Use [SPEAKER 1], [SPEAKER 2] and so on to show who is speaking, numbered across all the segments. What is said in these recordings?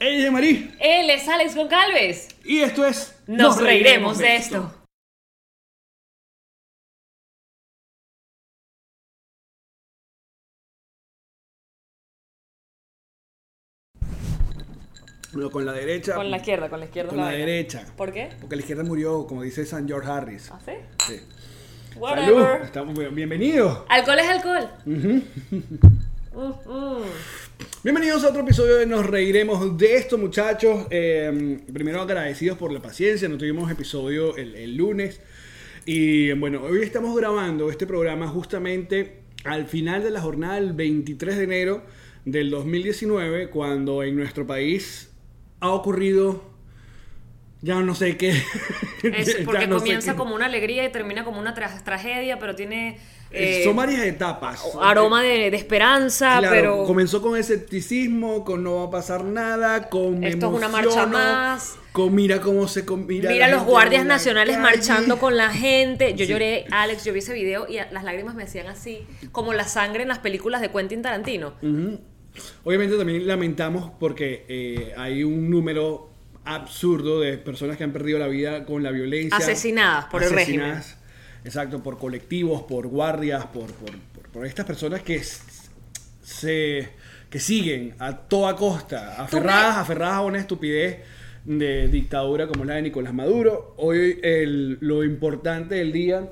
[SPEAKER 1] Ella es Marí
[SPEAKER 2] Él es Alex Goncalves.
[SPEAKER 1] y esto es
[SPEAKER 2] Nos, reiremos de esto.
[SPEAKER 1] Bueno, con la derecha.
[SPEAKER 2] Con la izquierda, con la izquierda.
[SPEAKER 1] Con
[SPEAKER 2] es
[SPEAKER 1] la
[SPEAKER 2] vaina.
[SPEAKER 1] derecha.
[SPEAKER 2] ¿Por qué?
[SPEAKER 1] Porque la izquierda murió, como dice San George Harris.
[SPEAKER 2] ¿Así?
[SPEAKER 1] Sí. Salud.
[SPEAKER 2] Whatever.
[SPEAKER 1] Estamos bien- bienvenidos.
[SPEAKER 2] Alcohol es alcohol. Mm, mm.
[SPEAKER 1] Bienvenidos a otro episodio de Nos Reiremos de esto, muchachos. Eh, primero agradecidos por la paciencia, no tuvimos episodio el, el lunes. Y bueno, hoy estamos grabando este programa justamente al final de la jornada del 23 de enero del 2019, cuando en nuestro país ha ocurrido ya no sé qué.
[SPEAKER 2] Es
[SPEAKER 1] Ya
[SPEAKER 2] porque
[SPEAKER 1] no sé
[SPEAKER 2] comienza
[SPEAKER 1] qué.
[SPEAKER 2] como una alegría y termina como una tra- tragedia, pero tiene
[SPEAKER 1] Eh,
[SPEAKER 2] eh,
[SPEAKER 1] Son varias etapas.
[SPEAKER 2] aroma de, de esperanza,
[SPEAKER 1] Claro,
[SPEAKER 2] pero
[SPEAKER 1] comenzó con escepticismo, con no va a pasar nada, con me
[SPEAKER 2] Esto es una marcha
[SPEAKER 1] emociono,
[SPEAKER 2] más.
[SPEAKER 1] con mira cómo se com- mira,
[SPEAKER 2] mira
[SPEAKER 1] la
[SPEAKER 2] los
[SPEAKER 1] gente
[SPEAKER 2] guardias
[SPEAKER 1] en la
[SPEAKER 2] nacionales
[SPEAKER 1] calle.
[SPEAKER 2] marchando con la gente. Yo lloré, Alex, yo vi ese video y a- las lágrimas me hacían así, como la sangre en las películas de Quentin Tarantino.
[SPEAKER 1] Ujú. Obviamente también lamentamos porque eh, hay un número absurdo de personas que han perdido la vida con la violencia.
[SPEAKER 2] Asesinadas por el
[SPEAKER 1] Exacto, por colectivos, por guardias, por, por, por- por estas personas que s- se que siguen a toda costa,
[SPEAKER 2] Tú me-
[SPEAKER 1] aferradas, aferradas a una estupidez de dictadura como la de Nicolás Maduro. Hoy el- lo importante del día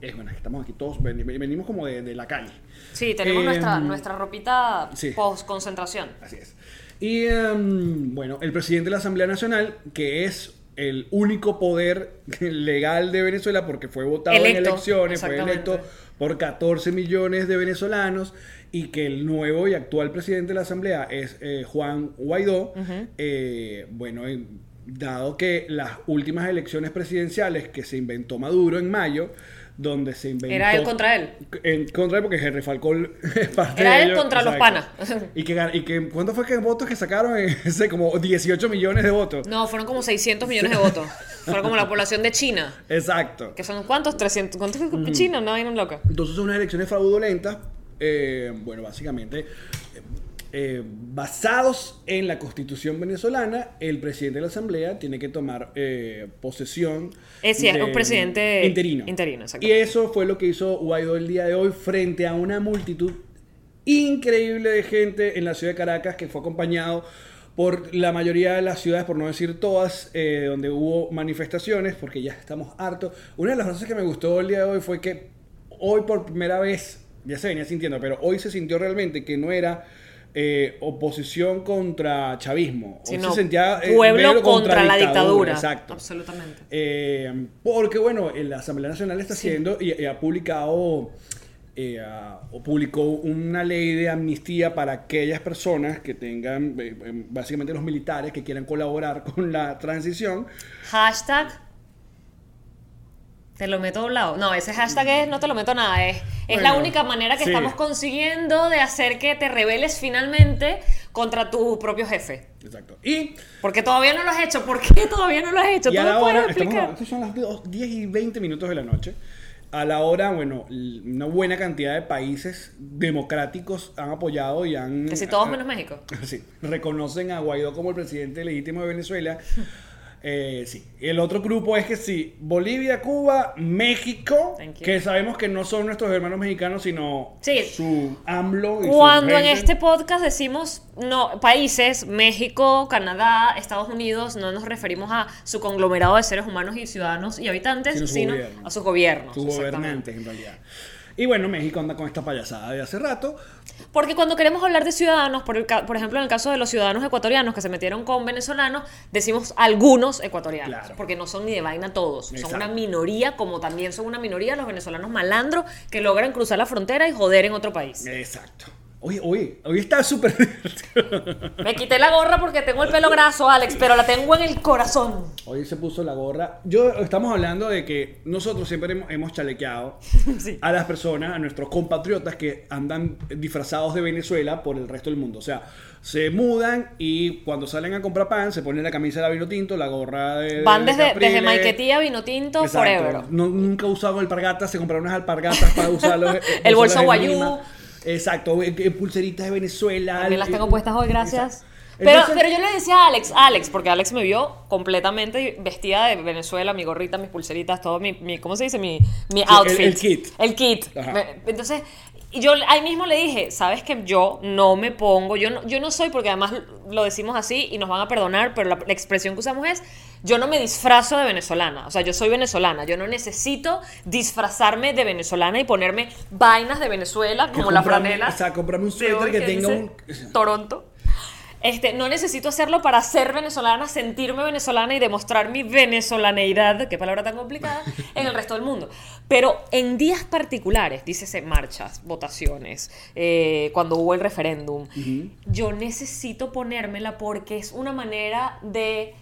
[SPEAKER 1] es, bueno, que estamos aquí todos, ven- venimos como de, de la calle.
[SPEAKER 2] Sí, tenemos
[SPEAKER 1] Eh,
[SPEAKER 2] nuestra, nuestra ropita
[SPEAKER 1] sí.
[SPEAKER 2] post concentración.
[SPEAKER 1] Así es. Y em, bueno, el presidente de la Asamblea Nacional, que es el único poder legal de Venezuela porque fue votado en
[SPEAKER 2] Electo,
[SPEAKER 1] elecciones, fue
[SPEAKER 2] exactamente.
[SPEAKER 1] electo por 14 millones de venezolanos y que el nuevo y actual presidente de la Asamblea es eh, Juan Guaidó, eh, bueno, en- dado que las últimas elecciones presidenciales que se inventó Maduro en mayo, donde se inventó...
[SPEAKER 2] Era él contra él.
[SPEAKER 1] En contra él, porque Henry Falcón es parte
[SPEAKER 2] Era
[SPEAKER 1] de
[SPEAKER 2] él
[SPEAKER 1] ellos.
[SPEAKER 2] contra los
[SPEAKER 1] Exacto.
[SPEAKER 2] panas.
[SPEAKER 1] Y que, gan- y que ¿cuánto fue que votos que sacaron? Ese, como 18 millones de votos.
[SPEAKER 2] No, fueron como 600 millones de votos. Fueron como la población de China.
[SPEAKER 1] Exacto.
[SPEAKER 2] ¿Que son cuántos? 300. ¿Cuántos
[SPEAKER 1] Mm.
[SPEAKER 2] China? Una vaina loca.
[SPEAKER 1] Entonces son unas elecciones fraudulentas, eh, bueno, básicamente, eh, eh, basados en la constitución venezolana, el presidente de la asamblea tiene que tomar eh, posesión.
[SPEAKER 2] Es cierto,
[SPEAKER 1] de-
[SPEAKER 2] un presidente
[SPEAKER 1] interino.
[SPEAKER 2] interino, exacto.
[SPEAKER 1] Y eso fue lo que hizo Guaidó el día de hoy frente a una multitud increíble de gente en la ciudad de Caracas que fue acompañado por la mayoría de las ciudades, por no decir todas, eh, donde hubo manifestaciones, porque ya estamos hartos. Una de las cosas que me gustó el día de hoy fue que hoy por primera vez, ya se venía sintiendo, pero hoy se sintió realmente que no era eh, oposición contra chavismo. Hoy
[SPEAKER 2] Sino
[SPEAKER 1] se sentía eh,
[SPEAKER 2] pueblo
[SPEAKER 1] medio
[SPEAKER 2] contra, la dictadura.
[SPEAKER 1] Exacto.
[SPEAKER 2] Absolutamente.
[SPEAKER 1] Eh, porque, bueno, la Asamblea Nacional está haciendo y, y ha publicado eh, ah, o publicó una ley de amnistía para aquellas personas que tengan, eh, eh, básicamente los militares que quieran colaborar con la transición.
[SPEAKER 2] Hashtag. Te lo meto doblado. No, ese hashtag es no te lo meto nada. Es, es la
[SPEAKER 1] Bueno,
[SPEAKER 2] única manera que
[SPEAKER 1] sí.
[SPEAKER 2] estamos consiguiendo de hacer que te rebeles finalmente contra tu propio jefe.
[SPEAKER 1] Exacto. Y,
[SPEAKER 2] Porque todavía no lo has hecho. ¿Por qué todavía no lo has hecho?
[SPEAKER 1] y
[SPEAKER 2] ¿Tú
[SPEAKER 1] a
[SPEAKER 2] me
[SPEAKER 1] la
[SPEAKER 2] puedes
[SPEAKER 1] hora, estamos
[SPEAKER 2] explicar?
[SPEAKER 1] grabando, estos son las dos- 10 y 20 minutos de la noche. A la hora, bueno, l- una buena cantidad de países democráticos han apoyado y han...
[SPEAKER 2] Que si todos
[SPEAKER 1] ah,
[SPEAKER 2] menos México.
[SPEAKER 1] Sí, reconocen a Guaidó como el presidente legítimo de Venezuela. Eh, sí, el otro grupo es que sí, Bolivia, Cuba, México,
[SPEAKER 2] Thank you.
[SPEAKER 1] que sabemos que no son nuestros hermanos mexicanos, sino
[SPEAKER 2] Sí.
[SPEAKER 1] su AMLO. y su
[SPEAKER 2] Cuando en
[SPEAKER 1] gente.
[SPEAKER 2] este podcast decimos no países, México, Canadá, Estados Unidos, no nos referimos a su conglomerado de seres humanos y ciudadanos y habitantes,
[SPEAKER 1] Sino
[SPEAKER 2] sino,
[SPEAKER 1] su gobierno.
[SPEAKER 2] a sus gobiernos.
[SPEAKER 1] Sus
[SPEAKER 2] exactamente.
[SPEAKER 1] gobernantes, en realidad. Y bueno, México anda con esta payasada de hace rato.
[SPEAKER 2] Porque cuando queremos hablar de ciudadanos, por, el ca- por ejemplo, en el caso de los ciudadanos ecuatorianos que se metieron con venezolanos, decimos algunos ecuatorianos,
[SPEAKER 1] Claro.
[SPEAKER 2] porque no son ni de vaina todos,
[SPEAKER 1] Exacto.
[SPEAKER 2] son una minoría, como también son una minoría los venezolanos malandros que logran cruzar la frontera y joder en otro país.
[SPEAKER 1] Exacto. Oye, oye, hoy está súper divertido.
[SPEAKER 2] Me quité la gorra porque tengo el pelo graso, Alex, pero la tengo en el corazón.
[SPEAKER 1] Hoy se puso la gorra. Yo estamos hablando de que nosotros siempre hemos, hemos chalequeado
[SPEAKER 2] Sí.
[SPEAKER 1] a las personas, a nuestros compatriotas que andan disfrazados de Venezuela por el resto del mundo. O sea, se mudan y cuando salen a comprar pan se ponen la camisa de vino tinto, la gorra de.
[SPEAKER 2] Van
[SPEAKER 1] de
[SPEAKER 2] desde,
[SPEAKER 1] Capriles.
[SPEAKER 2] desde Maiquetía, Vinotinto,
[SPEAKER 1] Exacto.
[SPEAKER 2] Forever.
[SPEAKER 1] No- nunca usaban alpargatas, se compraron unas alpargatas para usarlos. eh,
[SPEAKER 2] El bolso
[SPEAKER 1] usarlas en
[SPEAKER 2] guayú.
[SPEAKER 1] Lima. Exacto, eh, eh, pulseritas de Venezuela.
[SPEAKER 2] También las
[SPEAKER 1] eh,
[SPEAKER 2] tengo puestas hoy, gracias.
[SPEAKER 1] Exacto.
[SPEAKER 2] Pero,
[SPEAKER 1] Entonces-
[SPEAKER 2] pero yo le decía a Alex, Alex, porque Alex me vio completamente vestida de Venezuela, mi gorrita, mis pulseritas, todo mi, mi- ¿cómo se dice? Mi, mi outfit.
[SPEAKER 1] el kit.
[SPEAKER 2] El kit.
[SPEAKER 1] Ajá.
[SPEAKER 2] Me- entonces, y yo ahí mismo le dije, sabes que yo no me pongo, yo no, yo no soy, porque además lo decimos así y nos van a perdonar, pero la, la expresión que usamos es, yo no me disfrazo de venezolana, o sea, yo soy venezolana, yo no necesito disfrazarme de venezolana y ponerme vainas de Venezuela, como la
[SPEAKER 1] comprarme-
[SPEAKER 2] franela.
[SPEAKER 1] o sea, comprarme un
[SPEAKER 2] de
[SPEAKER 1] suéter
[SPEAKER 2] hoy
[SPEAKER 1] que tenga
[SPEAKER 2] dice
[SPEAKER 1] un-
[SPEAKER 2] Toronto. Este, no necesito hacerlo para ser venezolana, sentirme venezolana y demostrar mi venezolaneidad, qué palabra tan complicada, en el resto del mundo. Pero en días particulares, dícese marchas, votaciones, eh, cuando hubo el referéndum, yo necesito ponérmela porque es una manera de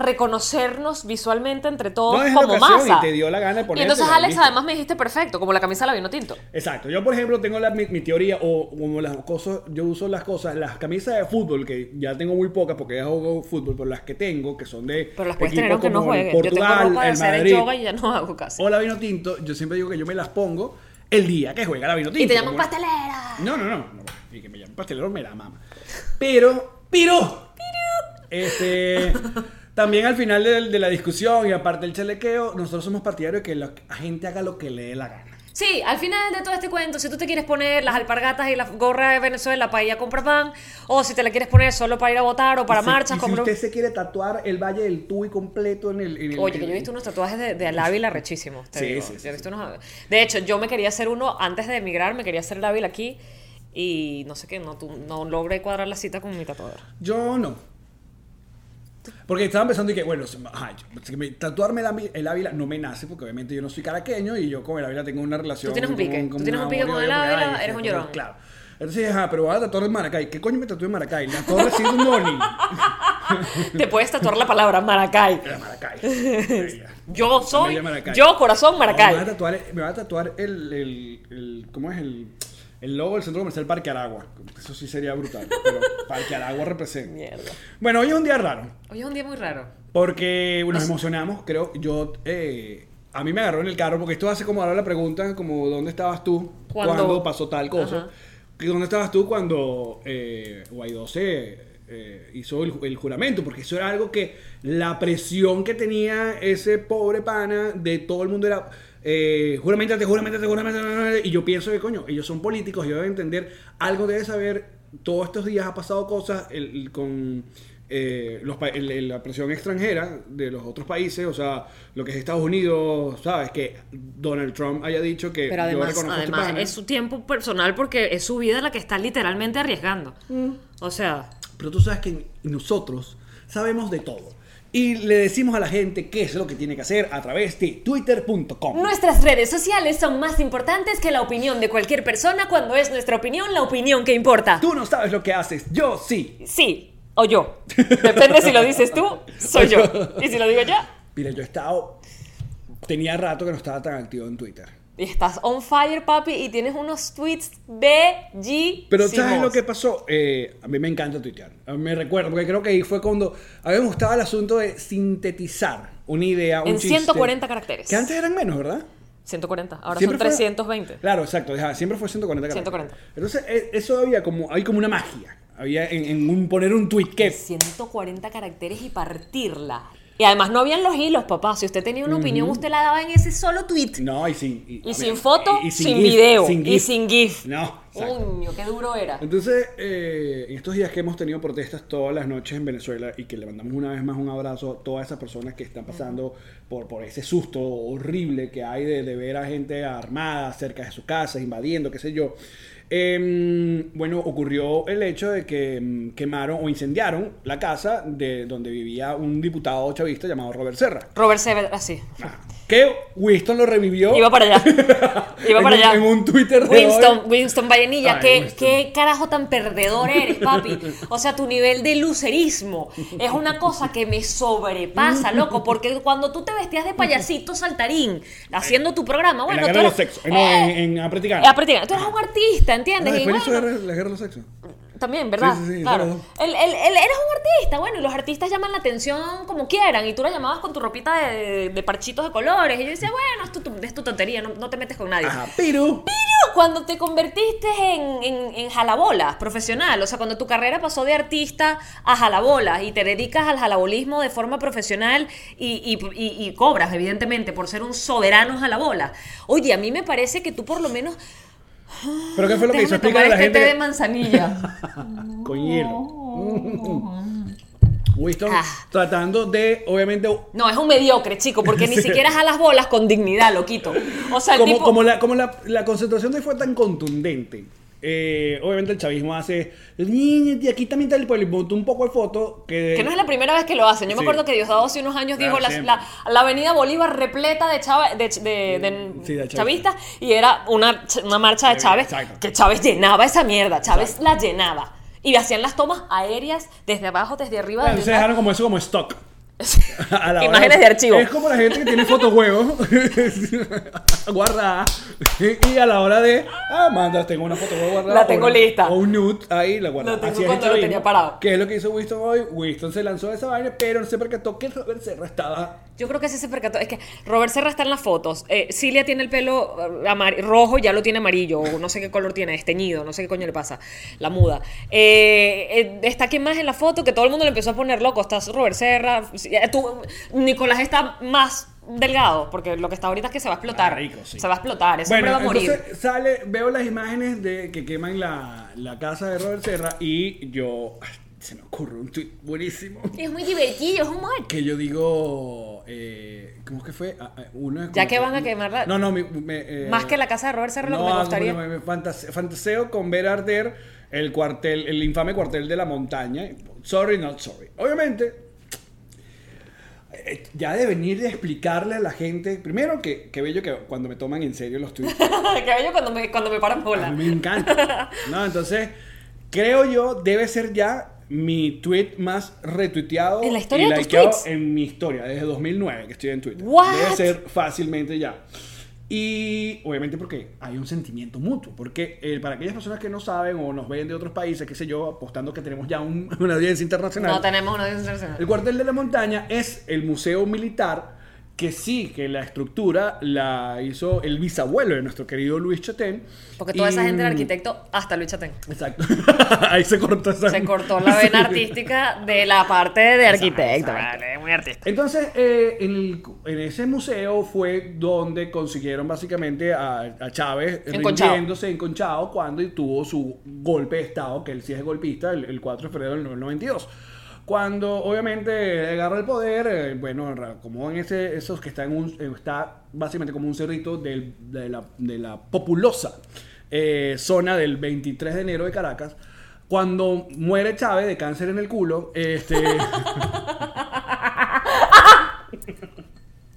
[SPEAKER 2] reconocernos visualmente entre todos
[SPEAKER 1] No, es la
[SPEAKER 2] como
[SPEAKER 1] ocasión y
[SPEAKER 2] masa.
[SPEAKER 1] te dio la gana de
[SPEAKER 2] Y entonces
[SPEAKER 1] ponértela,
[SPEAKER 2] Alex
[SPEAKER 1] listo.
[SPEAKER 2] además me dijiste perfecto, como la camisa la vino tinto.
[SPEAKER 1] Exacto. Yo, por ejemplo, tengo la- mi, mi teoría, o como las cosas, yo uso las cosas, las camisas de fútbol, que ya tengo muy pocas porque ya juego fútbol, pero las que tengo, que son de.
[SPEAKER 2] Pero las puedes
[SPEAKER 1] equipos
[SPEAKER 2] tener aunque no
[SPEAKER 1] como el
[SPEAKER 2] jueguen. Yo tengo
[SPEAKER 1] Portugal,
[SPEAKER 2] ropa de
[SPEAKER 1] el
[SPEAKER 2] hacer el
[SPEAKER 1] Madrid,
[SPEAKER 2] yoga y ya no hago casi.
[SPEAKER 1] O la vino tinto, yo siempre digo que yo me las pongo el día que juega la vino tinto.
[SPEAKER 2] Y te llaman
[SPEAKER 1] como-
[SPEAKER 2] pastelera.
[SPEAKER 1] No, no, no. no. Y que me llamen pastelero me la mama. Pero, pero. Este. También al final del- de, la discusión y aparte del chalequeo, nosotros somos partidarios de que la gente haga lo que le dé la gana.
[SPEAKER 2] Sí, al final de todo este cuento, si tú te quieres poner las alpargatas y la gorra de Venezuela para ir a comprar pan, o si te la quieres poner solo para ir a votar o para
[SPEAKER 1] Y si-
[SPEAKER 2] marchas,
[SPEAKER 1] y si
[SPEAKER 2] compra-
[SPEAKER 1] usted se quiere tatuar el Valle del Tuy completo en el. en el-
[SPEAKER 2] Oye, que yo he visto unos tatuajes de, de al Ávila rechísimos. Te
[SPEAKER 1] Sí,
[SPEAKER 2] digo.
[SPEAKER 1] sí, sí,
[SPEAKER 2] Yo he visto unos- De hecho, yo me quería hacer uno antes de emigrar, me quería hacer el Ávila aquí y no sé qué, no, tu- no logré cuadrar la cita con mi tatuador.
[SPEAKER 1] Yo no. Porque estaba pensando y que, bueno, ajá, yo- si me- tatuarme el, ami- el Ávila no me nace porque obviamente yo no soy caraqueño y yo con el Ávila tengo una relación.
[SPEAKER 2] Tú tienes un pique,
[SPEAKER 1] con-
[SPEAKER 2] tú
[SPEAKER 1] con
[SPEAKER 2] tienes un pique
[SPEAKER 1] amor y
[SPEAKER 2] con el
[SPEAKER 1] odio, porque,
[SPEAKER 2] Ávila,
[SPEAKER 1] ay,
[SPEAKER 2] eres un
[SPEAKER 1] sí,
[SPEAKER 2] llorón.
[SPEAKER 1] Claro. Entonces, ajá, pero vas a tatuar en Maracay. ¿Qué coño me tatué en Maracay? La torre sí es un Noni.
[SPEAKER 2] te puedes tatuar la palabra Maracay.
[SPEAKER 1] Era Maracay. Ay, ya.
[SPEAKER 2] Yo soy,
[SPEAKER 1] Familia Maracay.
[SPEAKER 2] yo corazón Maracay.
[SPEAKER 1] No, Ah, me va a tatuar, me va a tatuar el, el, el- ¿Cómo es el.? El logo del centro comercial Parque Aragua. Eso sí sería brutal. Pero Parque Aragua representa.
[SPEAKER 2] Mierda.
[SPEAKER 1] Bueno, hoy es un día raro.
[SPEAKER 2] Hoy es un día muy raro.
[SPEAKER 1] Eh, Porque nos emocionamos, creo. Yo, eh, a mí me agarró en el carro, porque esto hace como ahora la pregunta, como, ¿dónde estabas tú
[SPEAKER 2] Cuando-
[SPEAKER 1] cuando, pasó tal cosa?
[SPEAKER 2] Ajá.
[SPEAKER 1] Que ¿Dónde estabas tú cuando eh, Guaidó se eh, hizo el, el juramento? Porque eso era algo que la presión que tenía ese pobre pana de todo el mundo era... Eh, juramentate, juramentate, juramentate. Y yo pienso que, coño, ellos son políticos, yo deben entender, algo debe saber. Todos estos días ha pasado cosas el- el- con eh, los pa- el- el- la presión extranjera de los otros países, o sea, lo que es Estados Unidos, ¿sabes? Que Donald Trump haya dicho que yo
[SPEAKER 2] Pero además,
[SPEAKER 1] reconozco a este
[SPEAKER 2] además
[SPEAKER 1] pana.
[SPEAKER 2] es su tiempo personal porque es su vida la que está literalmente arriesgando. O sea,
[SPEAKER 1] Pero tú sabes que nosotros sabemos de todo. Y le decimos a la gente qué es lo que tiene que hacer a través de twitter.com.
[SPEAKER 2] nuestras redes sociales son más importantes que la opinión de cualquier persona cuando es nuestra opinión la opinión que importa.
[SPEAKER 1] Tú no sabes lo que haces, yo sí.
[SPEAKER 2] Sí, o yo. Depende si lo dices tú, soy yo. Y si lo digo yo,
[SPEAKER 1] Mira, yo he estado. Tenía rato que no estaba tan activo en Twitter.
[SPEAKER 2] y estás on fire, papi, y tienes unos tweets bellísimos.
[SPEAKER 1] Pero ¿sabes lo que pasó? Eh, a mí me encanta tuitear. A mí me recuerdo, porque creo que ahí fue cuando a mí me gustaba el asunto de sintetizar una idea, un
[SPEAKER 2] En
[SPEAKER 1] chiste.
[SPEAKER 2] 140 caracteres.
[SPEAKER 1] Que antes eran menos, ¿verdad?
[SPEAKER 2] 140, ahora
[SPEAKER 1] Siempre
[SPEAKER 2] son
[SPEAKER 1] fue-
[SPEAKER 2] 320.
[SPEAKER 1] Claro, exacto. ajá, siempre fue 140 caracteres.
[SPEAKER 2] 140.
[SPEAKER 1] Entonces, eh, eso había como, hay como una magia. Había en, en un, poner un tweet que...
[SPEAKER 2] 140 caracteres y partirla. Y además no habían los hilos, papá. Si usted tenía una opinión, usted la daba en ese solo tweet.
[SPEAKER 1] No, y sin... Y,
[SPEAKER 2] Y
[SPEAKER 1] a
[SPEAKER 2] sin
[SPEAKER 1] ver,
[SPEAKER 2] foto,
[SPEAKER 1] y- y
[SPEAKER 2] sin,
[SPEAKER 1] gif,
[SPEAKER 2] video,
[SPEAKER 1] sin
[SPEAKER 2] y
[SPEAKER 1] gif.
[SPEAKER 2] sin GIF.
[SPEAKER 1] No, exacto.
[SPEAKER 2] Uño, qué duro era.
[SPEAKER 1] Entonces, eh, en estos días que hemos tenido protestas todas las noches en Venezuela y que le mandamos una vez más un abrazo a todas esas personas que están pasando por, por ese susto horrible que hay de, de ver a gente armada cerca de sus casas, invadiendo, qué sé yo. Em, bueno, ocurrió el hecho de que em, quemaron o incendiaron la casa de donde vivía un diputado chavista llamado Robert Serra.
[SPEAKER 2] Robert Sever, así.
[SPEAKER 1] Ah, Que Winston lo revivió.
[SPEAKER 2] Iba para allá. Iba
[SPEAKER 1] en
[SPEAKER 2] para
[SPEAKER 1] un-
[SPEAKER 2] allá.
[SPEAKER 1] En un Twitter de hoy.
[SPEAKER 2] Winston, Winston Vallenilla,
[SPEAKER 1] Ay,
[SPEAKER 2] ¿qué,
[SPEAKER 1] Winston.
[SPEAKER 2] qué carajo tan perdedor eres, papi. O sea, tu nivel de lucerismo es una cosa que me sobrepasa, loco, porque cuando tú te vestías de payasito saltarín haciendo tu
[SPEAKER 1] En
[SPEAKER 2] programa, Ah, bueno,
[SPEAKER 1] la
[SPEAKER 2] tú
[SPEAKER 1] guerra de los
[SPEAKER 2] eras-
[SPEAKER 1] sexos. No,
[SPEAKER 2] Eh,
[SPEAKER 1] en, en Apreticana.
[SPEAKER 2] Eh, a partir de- Tú eres un artista,
[SPEAKER 1] No,
[SPEAKER 2] ¿entiendes? Y
[SPEAKER 1] después hizo
[SPEAKER 2] bueno,
[SPEAKER 1] guerra- la guerra de los sexos.
[SPEAKER 2] también, ¿verdad?
[SPEAKER 1] Sí, sí, sí,
[SPEAKER 2] claro.
[SPEAKER 1] claro.
[SPEAKER 2] Él, él- él era un artista, bueno, y los artistas llaman la atención como quieran, y tú la llamabas con tu ropita de, de parchitos de colores, y yo decía, bueno, es tu, tu- es tu tontería, no, no te metes con nadie.
[SPEAKER 1] Ajá, pero
[SPEAKER 2] Pero cuando te convertiste en, en, en jalabolas profesional, o sea, cuando tu carrera pasó de artista a jalabolas y te dedicas al jalabolismo de forma profesional y, y, y- y cobras, evidentemente, por ser un soberano jalabola. Oye, a mí me parece que tú por lo menos...
[SPEAKER 1] pero qué fue lo que hizo
[SPEAKER 2] Déjame
[SPEAKER 1] explicar
[SPEAKER 2] tomar
[SPEAKER 1] a la
[SPEAKER 2] este té de
[SPEAKER 1] gente
[SPEAKER 2] manzanilla.
[SPEAKER 1] con hielo. Winston
[SPEAKER 2] Mm. Ah.
[SPEAKER 1] tratando de obviamente
[SPEAKER 2] No, es un mediocre, chico, porque ni siquiera jalas bolas con dignidad, loquito. O sea, el
[SPEAKER 1] como,
[SPEAKER 2] tipo...
[SPEAKER 1] como la, como la, la concentración de hoy fue tan contundente. eh, obviamente el chavismo hace "Ni, ni, aquí también tal y cual", y montó un poco de foto que,
[SPEAKER 2] Que no es la primera vez que lo hacen. Yo me
[SPEAKER 1] Sí.
[SPEAKER 2] acuerdo que Diosdado hace unos años
[SPEAKER 1] Claro,
[SPEAKER 2] dijo la,
[SPEAKER 1] siempre.
[SPEAKER 2] la- la avenida Bolívar repleta de, chava- de, ch- de- de
[SPEAKER 1] Sí, de
[SPEAKER 2] chavistas y era una, ch- una marcha de
[SPEAKER 1] Sí,
[SPEAKER 2] Chávez
[SPEAKER 1] exacto.
[SPEAKER 2] que Chávez llenaba esa mierda. Chávez la llenaba. Y hacían las tomas aéreas desde abajo, desde arriba.
[SPEAKER 1] Claro,
[SPEAKER 2] desde
[SPEAKER 1] se
[SPEAKER 2] atrás.
[SPEAKER 1] dejaron como eso como stock. A la hora-
[SPEAKER 2] Imágenes de archivo.
[SPEAKER 1] Es como la gente que tiene fotos huevos guardada y a la hora de ah manda tengo una foto huevo guardada
[SPEAKER 2] La tengo
[SPEAKER 1] o un-
[SPEAKER 2] lista.
[SPEAKER 1] o un nude ahí la guarda.
[SPEAKER 2] Lo tengo
[SPEAKER 1] Así es
[SPEAKER 2] cuando
[SPEAKER 1] el
[SPEAKER 2] lo
[SPEAKER 1] chavismo.
[SPEAKER 2] tenía parado.
[SPEAKER 1] ¿Qué es lo que hizo Winston hoy? Winston se lanzó de esa vaina, pero no sé por qué toque Robert Serra estaba
[SPEAKER 2] Yo creo que ese se percató. Es que Robert Serra está en las fotos. Eh, Cilia tiene el pelo eh, amar- rojo, ya lo tiene amarillo, o no sé qué color tiene, desteñido, no sé qué coño le pasa, la muda. Eh, eh, está quien más en la foto, que todo el mundo le empezó a poner loco. Estás Robert Serra, sí, eh, tú, Nicolás está más delgado, porque lo que está ahorita es que se va a explotar.
[SPEAKER 1] Ah, rico, sí.
[SPEAKER 2] Se va a explotar, ese hombre va a morir.
[SPEAKER 1] entonces sale, veo las imágenes de que queman la, la casa de Robert Serra y yo ay, se me ocurre un tweet buenísimo
[SPEAKER 2] Es muy divertido, es humor.
[SPEAKER 1] que yo digo eh, ¿cómo es que fue? Ah, ah, uno es
[SPEAKER 2] Ya
[SPEAKER 1] como
[SPEAKER 2] que van a quemarla-
[SPEAKER 1] No, no, mi- me, eh,
[SPEAKER 2] Más que la casa de Robert Serra, lo
[SPEAKER 1] no,
[SPEAKER 2] que me
[SPEAKER 1] ah,
[SPEAKER 2] gustaría.
[SPEAKER 1] bueno, me- me fantase- fantaseo con ver arder el cuartel, el infame cuartel de la montaña. Sorry, not sorry. Obviamente, eh, ya de venir de explicarle a la gente, primero que, que bello que cuando me toman en serio los tweets.
[SPEAKER 2] Qué bello cuando me, cuando me paran bola.
[SPEAKER 1] A mí me encanta. No, entonces, creo yo, debe ser ya mi tweet más retuiteado
[SPEAKER 2] ¿En la historia
[SPEAKER 1] y
[SPEAKER 2] de tus
[SPEAKER 1] likeado
[SPEAKER 2] tweets?
[SPEAKER 1] en mi historia, desde 2009 que estoy en Twitter.
[SPEAKER 2] What?
[SPEAKER 1] Debe ser fácilmente ya. Y obviamente porque hay un sentimiento mutuo, porque eh, para aquellas personas que no saben o nos ven de otros países, qué sé yo, apostando que tenemos ya un- una audiencia internacional.
[SPEAKER 2] No tenemos una sensación.
[SPEAKER 1] El cuartel de la montaña es el museo militar que sí, que la estructura la hizo el bisabuelo de nuestro querido Luis Chatén.
[SPEAKER 2] Porque toda esa
[SPEAKER 1] Y-
[SPEAKER 2] gente era arquitecto hasta Luis Chatén.
[SPEAKER 1] Exacto. Ahí se cortó esa.
[SPEAKER 2] Se cortó la vena
[SPEAKER 1] Sí.
[SPEAKER 2] artística de la parte de arquitecto.
[SPEAKER 1] exacto.
[SPEAKER 2] vale, muy artista.
[SPEAKER 1] Entonces, eh, en, el- en ese museo fue donde consiguieron básicamente a, a Chávez
[SPEAKER 2] Enconchado.
[SPEAKER 1] rindiéndose enconchado cuando tuvo su golpe de Estado, que él sí es golpista, el, el 4 de febrero del 92. Cuando obviamente agarra el poder, eh, bueno, ra- como en ese, esos que está, en un, eh, está básicamente como un cerrito del- de, la, de la populosa eh, zona del 23 de enero de Caracas, cuando muere Chávez de cáncer en el culo, este...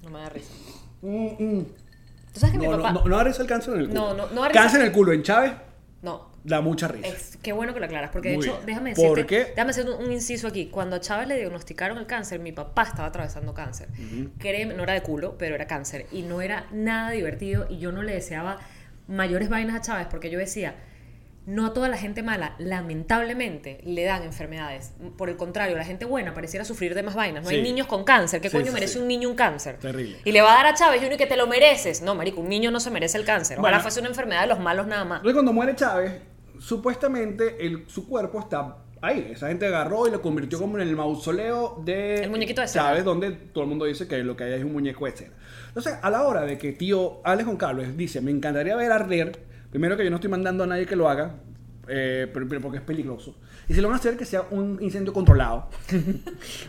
[SPEAKER 2] No me da risa.
[SPEAKER 1] Mm, mm.
[SPEAKER 2] ¿Tú sabes que mi
[SPEAKER 1] No,
[SPEAKER 2] papá.?
[SPEAKER 1] no, no, no arriesga el cáncer en el culo.
[SPEAKER 2] No, no, no arriesga-
[SPEAKER 1] Cáncer en el culo en Chávez
[SPEAKER 2] no.
[SPEAKER 1] da mucha risa.
[SPEAKER 2] Es- qué bueno que lo aclaras, porque de
[SPEAKER 1] Muy
[SPEAKER 2] hecho,
[SPEAKER 1] bien.
[SPEAKER 2] déjame decirte,
[SPEAKER 1] ¿Por qué?
[SPEAKER 2] déjame hacer un, un inciso aquí. Cuando a Chávez le diagnosticaron el cáncer, mi papá estaba atravesando cáncer. Créeme, no era de culo, pero era cáncer. Y no era nada divertido y yo no le deseaba mayores vainas a Chávez porque yo decía, no a toda la gente mala, lamentablemente, le dan enfermedades. Por el contrario, la gente buena pareciera sufrir de más vainas. No hay
[SPEAKER 1] Sí.
[SPEAKER 2] niños con cáncer. ¿Qué
[SPEAKER 1] Sí,
[SPEAKER 2] coño
[SPEAKER 1] sí,
[SPEAKER 2] merece
[SPEAKER 1] sí.
[SPEAKER 2] un niño un cáncer?
[SPEAKER 1] Terrible.
[SPEAKER 2] Y le va a dar a Chávez y uno y que te lo mereces. No, marico, un niño no se merece el cáncer. Ojalá
[SPEAKER 1] Bueno.
[SPEAKER 2] fuese una enfermedad de los malos nada más.
[SPEAKER 1] Entonces cuando muere Chávez, supuestamente el, su cuerpo está ahí. Esa gente agarró y lo convirtió como en el mausoleo de
[SPEAKER 2] El muñequito de cera.
[SPEAKER 1] Chávez, donde todo el mundo dice que lo que hay es un muñeco de cera. Entonces, a la hora de que tío Alex Goncalves dice, me encantaría ver arder, primero que yo no estoy mandando a nadie que lo haga, eh, pero, pero porque es peligroso. Y si lo van a hacer, que sea un incendio controlado. Porque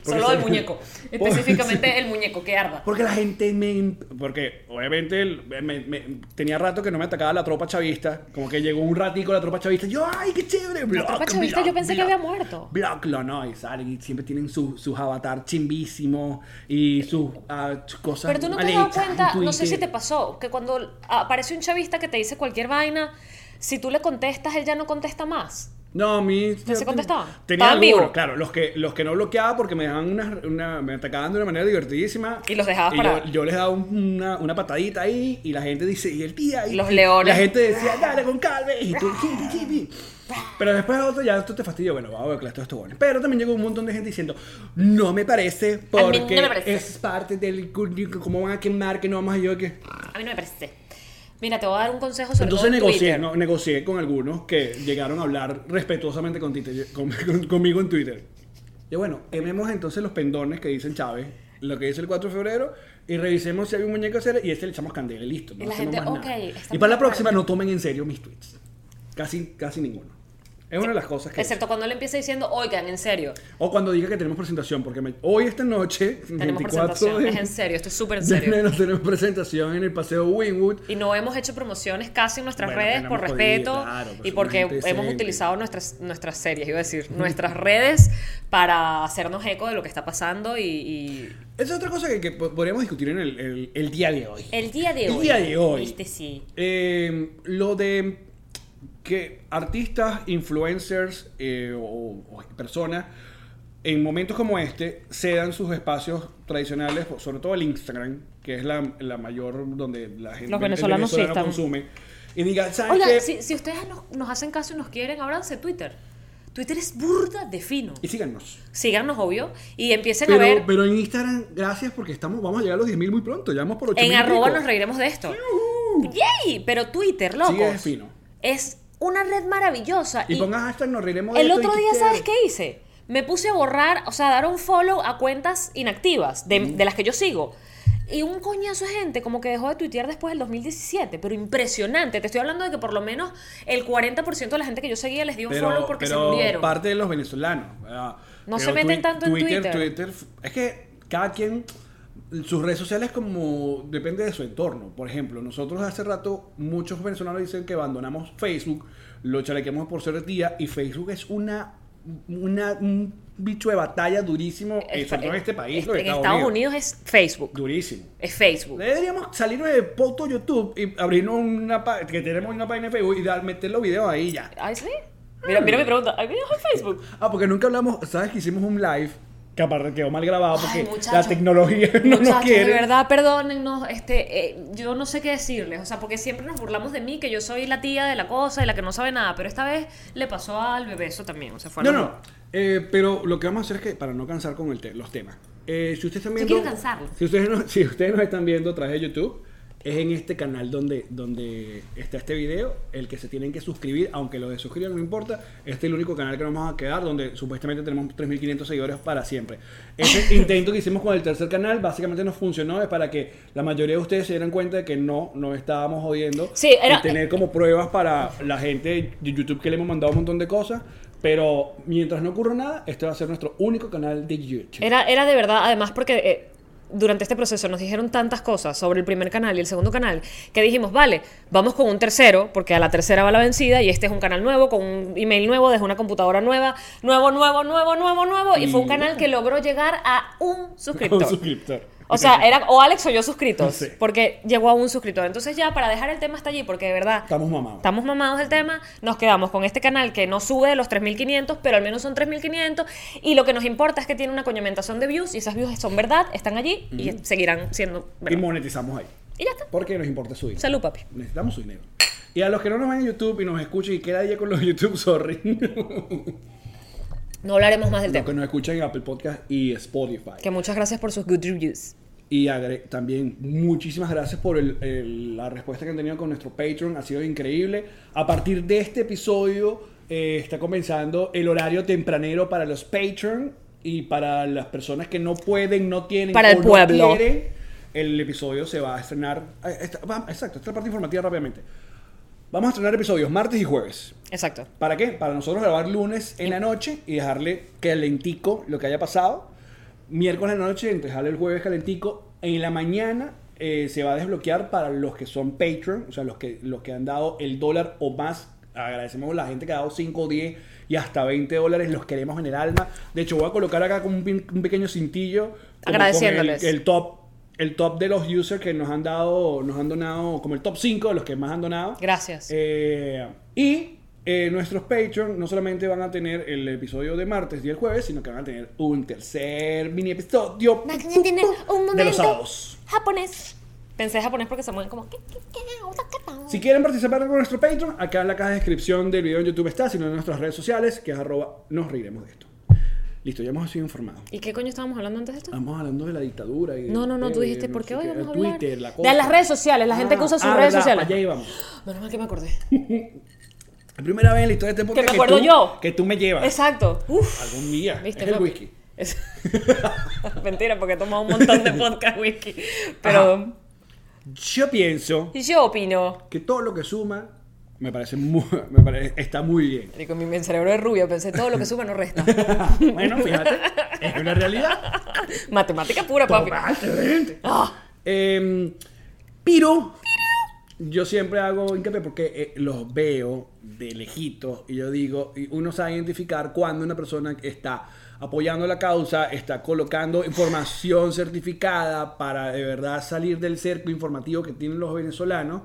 [SPEAKER 2] Solo
[SPEAKER 1] se-
[SPEAKER 2] el muñeco. Específicamente el muñeco que arda.
[SPEAKER 1] Porque la gente me... em-, Porque obviamente el- me- me- tenía rato que no me atacaba la tropa chavista. Como que llegó un ratico la tropa chavista. y Yo, ¡ay, qué chévere!
[SPEAKER 2] La tropa chavista yo pensé que había muerto.
[SPEAKER 1] Blocklo, no. Y salen y siempre tienen su- sus avatar chimbísimos y sus ah, sus cosas
[SPEAKER 2] Pero tú no te
[SPEAKER 1] mal
[SPEAKER 2] has dado
[SPEAKER 1] hechas en
[SPEAKER 2] cuenta, no sé si
[SPEAKER 1] Twitter.
[SPEAKER 2] te pasó, que cuando aparece un chavista que te dice cualquier vaina, si tú le contestas, él ya no contesta más.
[SPEAKER 1] No, a mí.
[SPEAKER 2] ¿No se contestaban?
[SPEAKER 1] Tenía
[SPEAKER 2] Estaban
[SPEAKER 1] algunos,
[SPEAKER 2] vivos.
[SPEAKER 1] claro. Los que, los que no bloqueaba porque me dejaban una, una- me atacaban de una manera divertidísima.
[SPEAKER 2] Y los dejabas
[SPEAKER 1] yo-
[SPEAKER 2] parar.
[SPEAKER 1] Yo, les daba un- una, una patadita ahí y la gente dice, y el tía. Y
[SPEAKER 2] Los leones.
[SPEAKER 1] La gente decía, dale con calma. Y tú, "Kipi, kipi". Pero después otro, ya esto te fastidia. Bueno, vamos a ver, claro, esto estuvo bueno. Pero también llegó un montón de gente diciendo, no me parece
[SPEAKER 2] no me
[SPEAKER 1] porque
[SPEAKER 2] parece".
[SPEAKER 1] es parte del. currículum, ¿Cómo van a quemar? Que no vamos a yo que.
[SPEAKER 2] A mí no me parece. Mira, te voy a dar un consejo sobre
[SPEAKER 1] Entonces
[SPEAKER 2] todo en
[SPEAKER 1] negocié,
[SPEAKER 2] Twitter.
[SPEAKER 1] ¿no? negocié con algunos que llegaron a hablar respetuosamente con Twitter- con- con- conmigo en Twitter. Y bueno, quememos entonces los pendones que dicen Chávez, lo que dice el 4 de febrero, y revisemos si hay un muñeco de cera y este le echamos candela y listo. No
[SPEAKER 2] Y la
[SPEAKER 1] hacemos
[SPEAKER 2] gente,
[SPEAKER 1] más nada.
[SPEAKER 2] "Ok, está
[SPEAKER 1] Y para la
[SPEAKER 2] bien".
[SPEAKER 1] próxima no tomen en serio mis tweets. Casi, casi ninguno. Es una de las cosas que...
[SPEAKER 2] Excepto cuando le empieza diciendo, oigan, en serio,
[SPEAKER 1] O cuando diga que tenemos presentación, porque me- hoy esta noche,
[SPEAKER 2] tenemos
[SPEAKER 1] 24
[SPEAKER 2] presentación.
[SPEAKER 1] de,
[SPEAKER 2] Es en serio, esto es súper en
[SPEAKER 1] de
[SPEAKER 2] serio.
[SPEAKER 1] enero, tenemos presentación en el Paseo Wynwood.
[SPEAKER 2] Y no hemos hecho promociones casi en nuestras
[SPEAKER 1] Bueno,
[SPEAKER 2] redes
[SPEAKER 1] no
[SPEAKER 2] por
[SPEAKER 1] hemos
[SPEAKER 2] respeto
[SPEAKER 1] podido, claro, por
[SPEAKER 2] y
[SPEAKER 1] ser
[SPEAKER 2] porque
[SPEAKER 1] una gente
[SPEAKER 2] hemos
[SPEAKER 1] decente.
[SPEAKER 2] utilizado nuestras, nuestras series, iba a decir, nuestras redes para hacernos eco de lo que está pasando y, y
[SPEAKER 1] Esa es otra cosa que, que po- podríamos discutir en el, el- el día de hoy.
[SPEAKER 2] el día de
[SPEAKER 1] El
[SPEAKER 2] hoy.
[SPEAKER 1] día de hoy.
[SPEAKER 2] Este sí.
[SPEAKER 1] Eh, lo de que artistas, influencers eh, o, o personas en momentos como este cedan sus espacios tradicionales, sobre todo el Instagram, que es la, la mayor donde la gente
[SPEAKER 2] Los
[SPEAKER 1] el
[SPEAKER 2] venezolanos sí
[SPEAKER 1] venezolano
[SPEAKER 2] están-
[SPEAKER 1] consume. Y diga, ¿sabes
[SPEAKER 2] Oigan,
[SPEAKER 1] qué?
[SPEAKER 2] si, si ustedes nos, nos hacen caso y nos quieren, ábranse Twitter. Twitter es burda de fino.
[SPEAKER 1] Y síganos.
[SPEAKER 2] Síganos, obvio, y empiecen a ver.
[SPEAKER 1] Pero, pero en Instagram, gracias porque estamos, vamos a llegar a los 10.000 muy pronto. Ya vamos por 8.000.
[SPEAKER 2] en arroba
[SPEAKER 1] y pico.
[SPEAKER 2] nos reiremos de esto. ¡Yay! Pero Twitter, loco.
[SPEAKER 1] Sigue de fino.
[SPEAKER 2] Es una red maravillosa.
[SPEAKER 1] Y pongan hashtag, nos reiremos de
[SPEAKER 2] El
[SPEAKER 1] esto y
[SPEAKER 2] otro
[SPEAKER 1] que
[SPEAKER 2] día,
[SPEAKER 1] quede.
[SPEAKER 2] ¿sabes qué hice? Me puse a borrar, o sea, a dar un follow a cuentas inactivas de, de las que yo sigo. Y un coñazo de gente como que dejó de tuitear después del 2017, pero impresionante. Te estoy hablando de que por lo menos el 40% de la gente que yo seguía les dio un follow porque se
[SPEAKER 1] pero
[SPEAKER 2] murieron.
[SPEAKER 1] parte de los venezolanos. ¿verdad?
[SPEAKER 2] No se
[SPEAKER 1] Pero
[SPEAKER 2] meten
[SPEAKER 1] Twi-
[SPEAKER 2] tanto en Twitter.
[SPEAKER 1] Twitter. Es que cada quien. Sus redes sociales como depende de su entorno. Por ejemplo, nosotros hace rato muchos venezolanos dicen que abandonamos Facebook, lo chalequeamos por ser día y Facebook es una, una un bicho de batalla durísimo, eh, sobre todo en este país,
[SPEAKER 2] En
[SPEAKER 1] los
[SPEAKER 2] Estados, Unidos. es Facebook.
[SPEAKER 1] Durísimo.
[SPEAKER 2] Es Facebook.
[SPEAKER 1] ¿Eh? Deberíamos salir de poto YouTube y abrirnos una pa- que tenemos una página de Facebook y dar, meter los videos ahí ya.
[SPEAKER 2] Ay, sí. Mira, mira mi pregunta. ¿Hay videos en Facebook?
[SPEAKER 1] Ah, porque nunca hablamos, ¿sabes que hicimos un live? Que aparte quedó mal grabado porque
[SPEAKER 2] Ay,
[SPEAKER 1] la
[SPEAKER 2] muchachos.
[SPEAKER 1] tecnología no nos
[SPEAKER 2] Muchachos,
[SPEAKER 1] quiere.
[SPEAKER 2] de verdad, perdónennos, este, eh, yo no sé qué decirles, o sea, porque siempre nos burlamos de mí, que yo soy la tía de la cosa y la que no sabe nada, pero esta vez le pasó al bebé eso también, o sea, fue
[SPEAKER 1] No,
[SPEAKER 2] algo-
[SPEAKER 1] no. eh, pero lo que vamos a hacer es que, para no cansar con el te- los temas, eh, si ustedes están
[SPEAKER 2] Yo
[SPEAKER 1] viendo.
[SPEAKER 2] quiero cansarlos.
[SPEAKER 1] Si ustedes, no- si ustedes nos están viendo a través de YouTube, es en este canal donde, donde está este video, el que se tienen que suscribir, aunque lo desuscriban no importa. Este es el único canal que nos vamos a quedar, donde supuestamente tenemos 3.500 seguidores para siempre. Ese intento que hicimos con el tercer canal básicamente nos funcionó, es para que la mayoría de ustedes se dieran cuenta de que no, no estábamos jodiendo.
[SPEAKER 2] Sí, era-
[SPEAKER 1] y tener como pruebas para la gente de YouTube que le hemos mandado un montón de cosas. Pero mientras no ocurra nada, este va a ser nuestro único canal de YouTube.
[SPEAKER 2] Era, era de verdad, además porque eh, durante este proceso nos dijeron tantas cosas sobre el primer canal y el segundo canal que dijimos, vale, vamos con un tercero, porque a la tercera va la vencida y este es un canal nuevo, con un email nuevo, desde una computadora nueva, nuevo, nuevo, nuevo, nuevo, nuevo, y fue un
[SPEAKER 1] Y-
[SPEAKER 2] canal que logró llegar a un suscriptor.
[SPEAKER 1] Un suscriptor.
[SPEAKER 2] O sea, era o Alex o yo suscritos,
[SPEAKER 1] Sí.
[SPEAKER 2] porque llegó a un suscriptor. Entonces ya, para dejar el tema hasta allí, porque de verdad...
[SPEAKER 1] Estamos mamados.
[SPEAKER 2] Estamos mamados del tema, nos quedamos con este canal que no sube de los 3.500, pero al menos son 3.500. Y lo que nos importa es que tiene una coñamentación de views y esas views son verdad, están allí y seguirán siendo
[SPEAKER 1] y
[SPEAKER 2] verdad.
[SPEAKER 1] monetizamos ahí.
[SPEAKER 2] Y ya está.
[SPEAKER 1] Porque nos importa su dinero.
[SPEAKER 2] Salud, papi.
[SPEAKER 1] Necesitamos su dinero. Y a los que no nos ven en YouTube y nos escuchan y queda ya con los YouTube, sorry.
[SPEAKER 2] No hablaremos más del
[SPEAKER 1] los
[SPEAKER 2] tema.
[SPEAKER 1] que nos escuchan en Apple Podcast y Spotify.
[SPEAKER 2] Que muchas gracias por sus good reviews.
[SPEAKER 1] Y agre- también muchísimas gracias por el- el- la respuesta que han tenido con nuestro Patreon, ha sido increíble. A partir de este episodio eh, está comenzando el horario tempranero para los Patreon y para las personas que no pueden, no tienen,
[SPEAKER 2] Para
[SPEAKER 1] o
[SPEAKER 2] el
[SPEAKER 1] no
[SPEAKER 2] pueblo.
[SPEAKER 1] quieren, el episodio se va a estrenar. eh, esta- va- exacto, esta es la parte informativa rápidamente. Vamos a estrenar episodios martes y jueves.
[SPEAKER 2] Exacto.
[SPEAKER 1] ¿Para qué? Para nosotros grabar lunes en la noche y dejarle calentico lo que haya pasado. Miércoles en la noche, entonces dejarle el jueves calentico. En la mañana eh, se va a desbloquear para los que son Patreon, o sea, los que, los que han dado el dólar o más. Agradecemos a la gente que ha dado 5, 10 y hasta 20 dólares. Los queremos en el alma. De hecho, voy a colocar acá como un, pin- un pequeño cintillo. como con
[SPEAKER 2] Agradeciéndoles.
[SPEAKER 1] el- el top. El top de los users que nos han Eh. dado, nos han donado, como el top 5 de los que más han donado.
[SPEAKER 2] Gracias.
[SPEAKER 1] Eh, y eh, nuestros Patreon no solamente van a tener el episodio de martes y el jueves, sino que van a tener un tercer mini episodio
[SPEAKER 2] Van a tener un
[SPEAKER 1] de los
[SPEAKER 2] momento.
[SPEAKER 1] sábados.
[SPEAKER 2] Japonés. Pensé en japonés porque se mueven como. "¿Qué, qué, qué, otra cata?".
[SPEAKER 1] Si quieren participar con nuestro Patreon, acá en la caja de descripción del video en YouTube está, sino en nuestras redes sociales, que es arroba nos reiremos de esto. Listo, ya hemos sido informados.
[SPEAKER 2] ¿Y qué coño estábamos hablando antes de esto?
[SPEAKER 1] Estamos hablando de la dictadura. Y de-
[SPEAKER 2] No, no, no, tú
[SPEAKER 1] de
[SPEAKER 2] dijiste,
[SPEAKER 1] no
[SPEAKER 2] ¿por qué
[SPEAKER 1] sé
[SPEAKER 2] hoy vamos a
[SPEAKER 1] de
[SPEAKER 2] hablar?
[SPEAKER 1] eh, Twitter, la
[SPEAKER 2] De
[SPEAKER 1] cosa.
[SPEAKER 2] las redes sociales, la gente que usa sus
[SPEAKER 1] ah,
[SPEAKER 2] redes
[SPEAKER 1] verdad,
[SPEAKER 2] sociales.
[SPEAKER 1] para allá íbamos.
[SPEAKER 2] Menos mal que me acordé.
[SPEAKER 1] La primera vez en la historia de este podcast
[SPEAKER 2] me acuerdo
[SPEAKER 1] tú,
[SPEAKER 2] yo.
[SPEAKER 1] que tú me llevas.
[SPEAKER 2] Exacto. Uf.
[SPEAKER 1] Algún día.
[SPEAKER 2] ¿Viste,
[SPEAKER 1] es el
[SPEAKER 2] papi?
[SPEAKER 1] whisky.
[SPEAKER 2] Es- Mentira, porque he tomado un montón de podcast whisky. Pero
[SPEAKER 1] Yo pienso
[SPEAKER 2] yo opino.
[SPEAKER 1] que todo lo que suma me parece muy, me pare- está muy bien.
[SPEAKER 2] Marico, mi, mi cerebro es rubio, pensé todo lo que suma no resta.
[SPEAKER 1] bueno, fíjate, es una realidad.
[SPEAKER 2] Matemática pura, papi.
[SPEAKER 1] Toma, excelente.
[SPEAKER 2] Ah,
[SPEAKER 1] Em, pero, yo siempre hago hincapié porque eh, los veo de lejitos y yo digo, y uno sabe identificar cuando una persona está apoyando la causa, está colocando información certificada para de verdad salir del cerco informativo que tienen los venezolanos.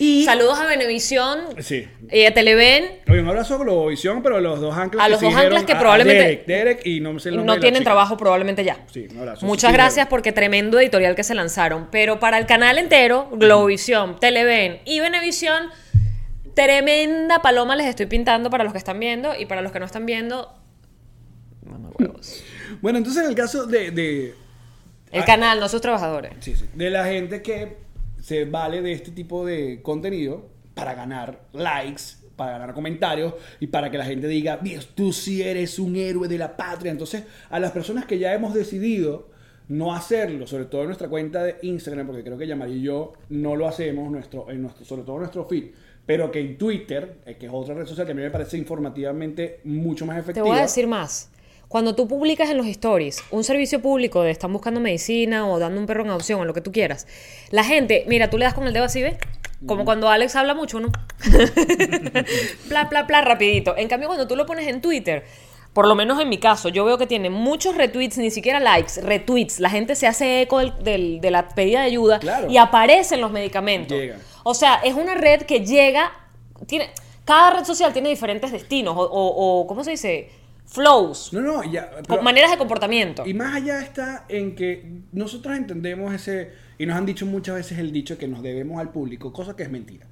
[SPEAKER 1] Y...
[SPEAKER 2] Saludos a Benevisión
[SPEAKER 1] Sí.
[SPEAKER 2] y a Televen.
[SPEAKER 1] Oye, un abrazo a Globovisión, pero a los dos anclas
[SPEAKER 2] A
[SPEAKER 1] que
[SPEAKER 2] los
[SPEAKER 1] sí
[SPEAKER 2] dos
[SPEAKER 1] dijeron-
[SPEAKER 2] anclas que
[SPEAKER 1] a- a
[SPEAKER 2] probablemente-
[SPEAKER 1] Derek, Derek y no sé el nombre
[SPEAKER 2] No
[SPEAKER 1] de la
[SPEAKER 2] tienen
[SPEAKER 1] chica.
[SPEAKER 2] trabajo probablemente ya.
[SPEAKER 1] Sí, un abrazo.
[SPEAKER 2] Muchas
[SPEAKER 1] Sí,
[SPEAKER 2] gracias
[SPEAKER 1] dijeron.
[SPEAKER 2] porque tremendo editorial que se lanzaron. Pero para el canal entero, Globovisión, Televen y Venevisión, tremenda paloma les estoy pintando para los que están viendo y para los que no están viendo. mamahuevos.
[SPEAKER 1] Bueno, entonces en el caso de, de,
[SPEAKER 2] El canal, no sus trabajadores.
[SPEAKER 1] sí, sí, de la gente que se vale de este tipo de contenido para ganar likes, para ganar comentarios y para que la gente diga, bien, tú sí eres un héroe de la patria. Entonces, a las personas que ya hemos decidido no hacerlo, sobre todo en nuestra cuenta de Instagram, porque creo que Yamari y yo no lo hacemos, nuestro, en nuestro, sobre todo en nuestro feed, pero que en Twitter, eh, que es otra red social que a mí me parece informativamente mucho más
[SPEAKER 2] Te
[SPEAKER 1] efectiva.
[SPEAKER 2] voy a decir más. Cuando tú publicas en los stories un servicio público de están buscando medicina o dando un perro en adopción o lo que tú quieras, la gente, mira, tú le das con el dedo así, ¿ves?
[SPEAKER 1] Mm.
[SPEAKER 2] Como cuando Alex habla mucho, ¿no? pla, pla, pla, rapidito. En cambio, cuando tú lo pones en Twitter, por lo menos en mi caso, yo veo que tiene muchos retweets, ni siquiera likes, retweets. La gente se hace eco del- del- de la pedida de ayuda
[SPEAKER 1] Claro.
[SPEAKER 2] y aparecen los medicamentos.
[SPEAKER 1] Llega.
[SPEAKER 2] O sea, es una red que llega, tiene, cada red social tiene diferentes destinos o, o- o, ¿cómo se dice? Flows,
[SPEAKER 1] No, no, ya.
[SPEAKER 2] o
[SPEAKER 1] pero-
[SPEAKER 2] maneras de comportamiento.
[SPEAKER 1] Y más allá está en que nosotros entendemos ese, y nos han dicho muchas veces el dicho que nos debemos al público, cosa que es mentira.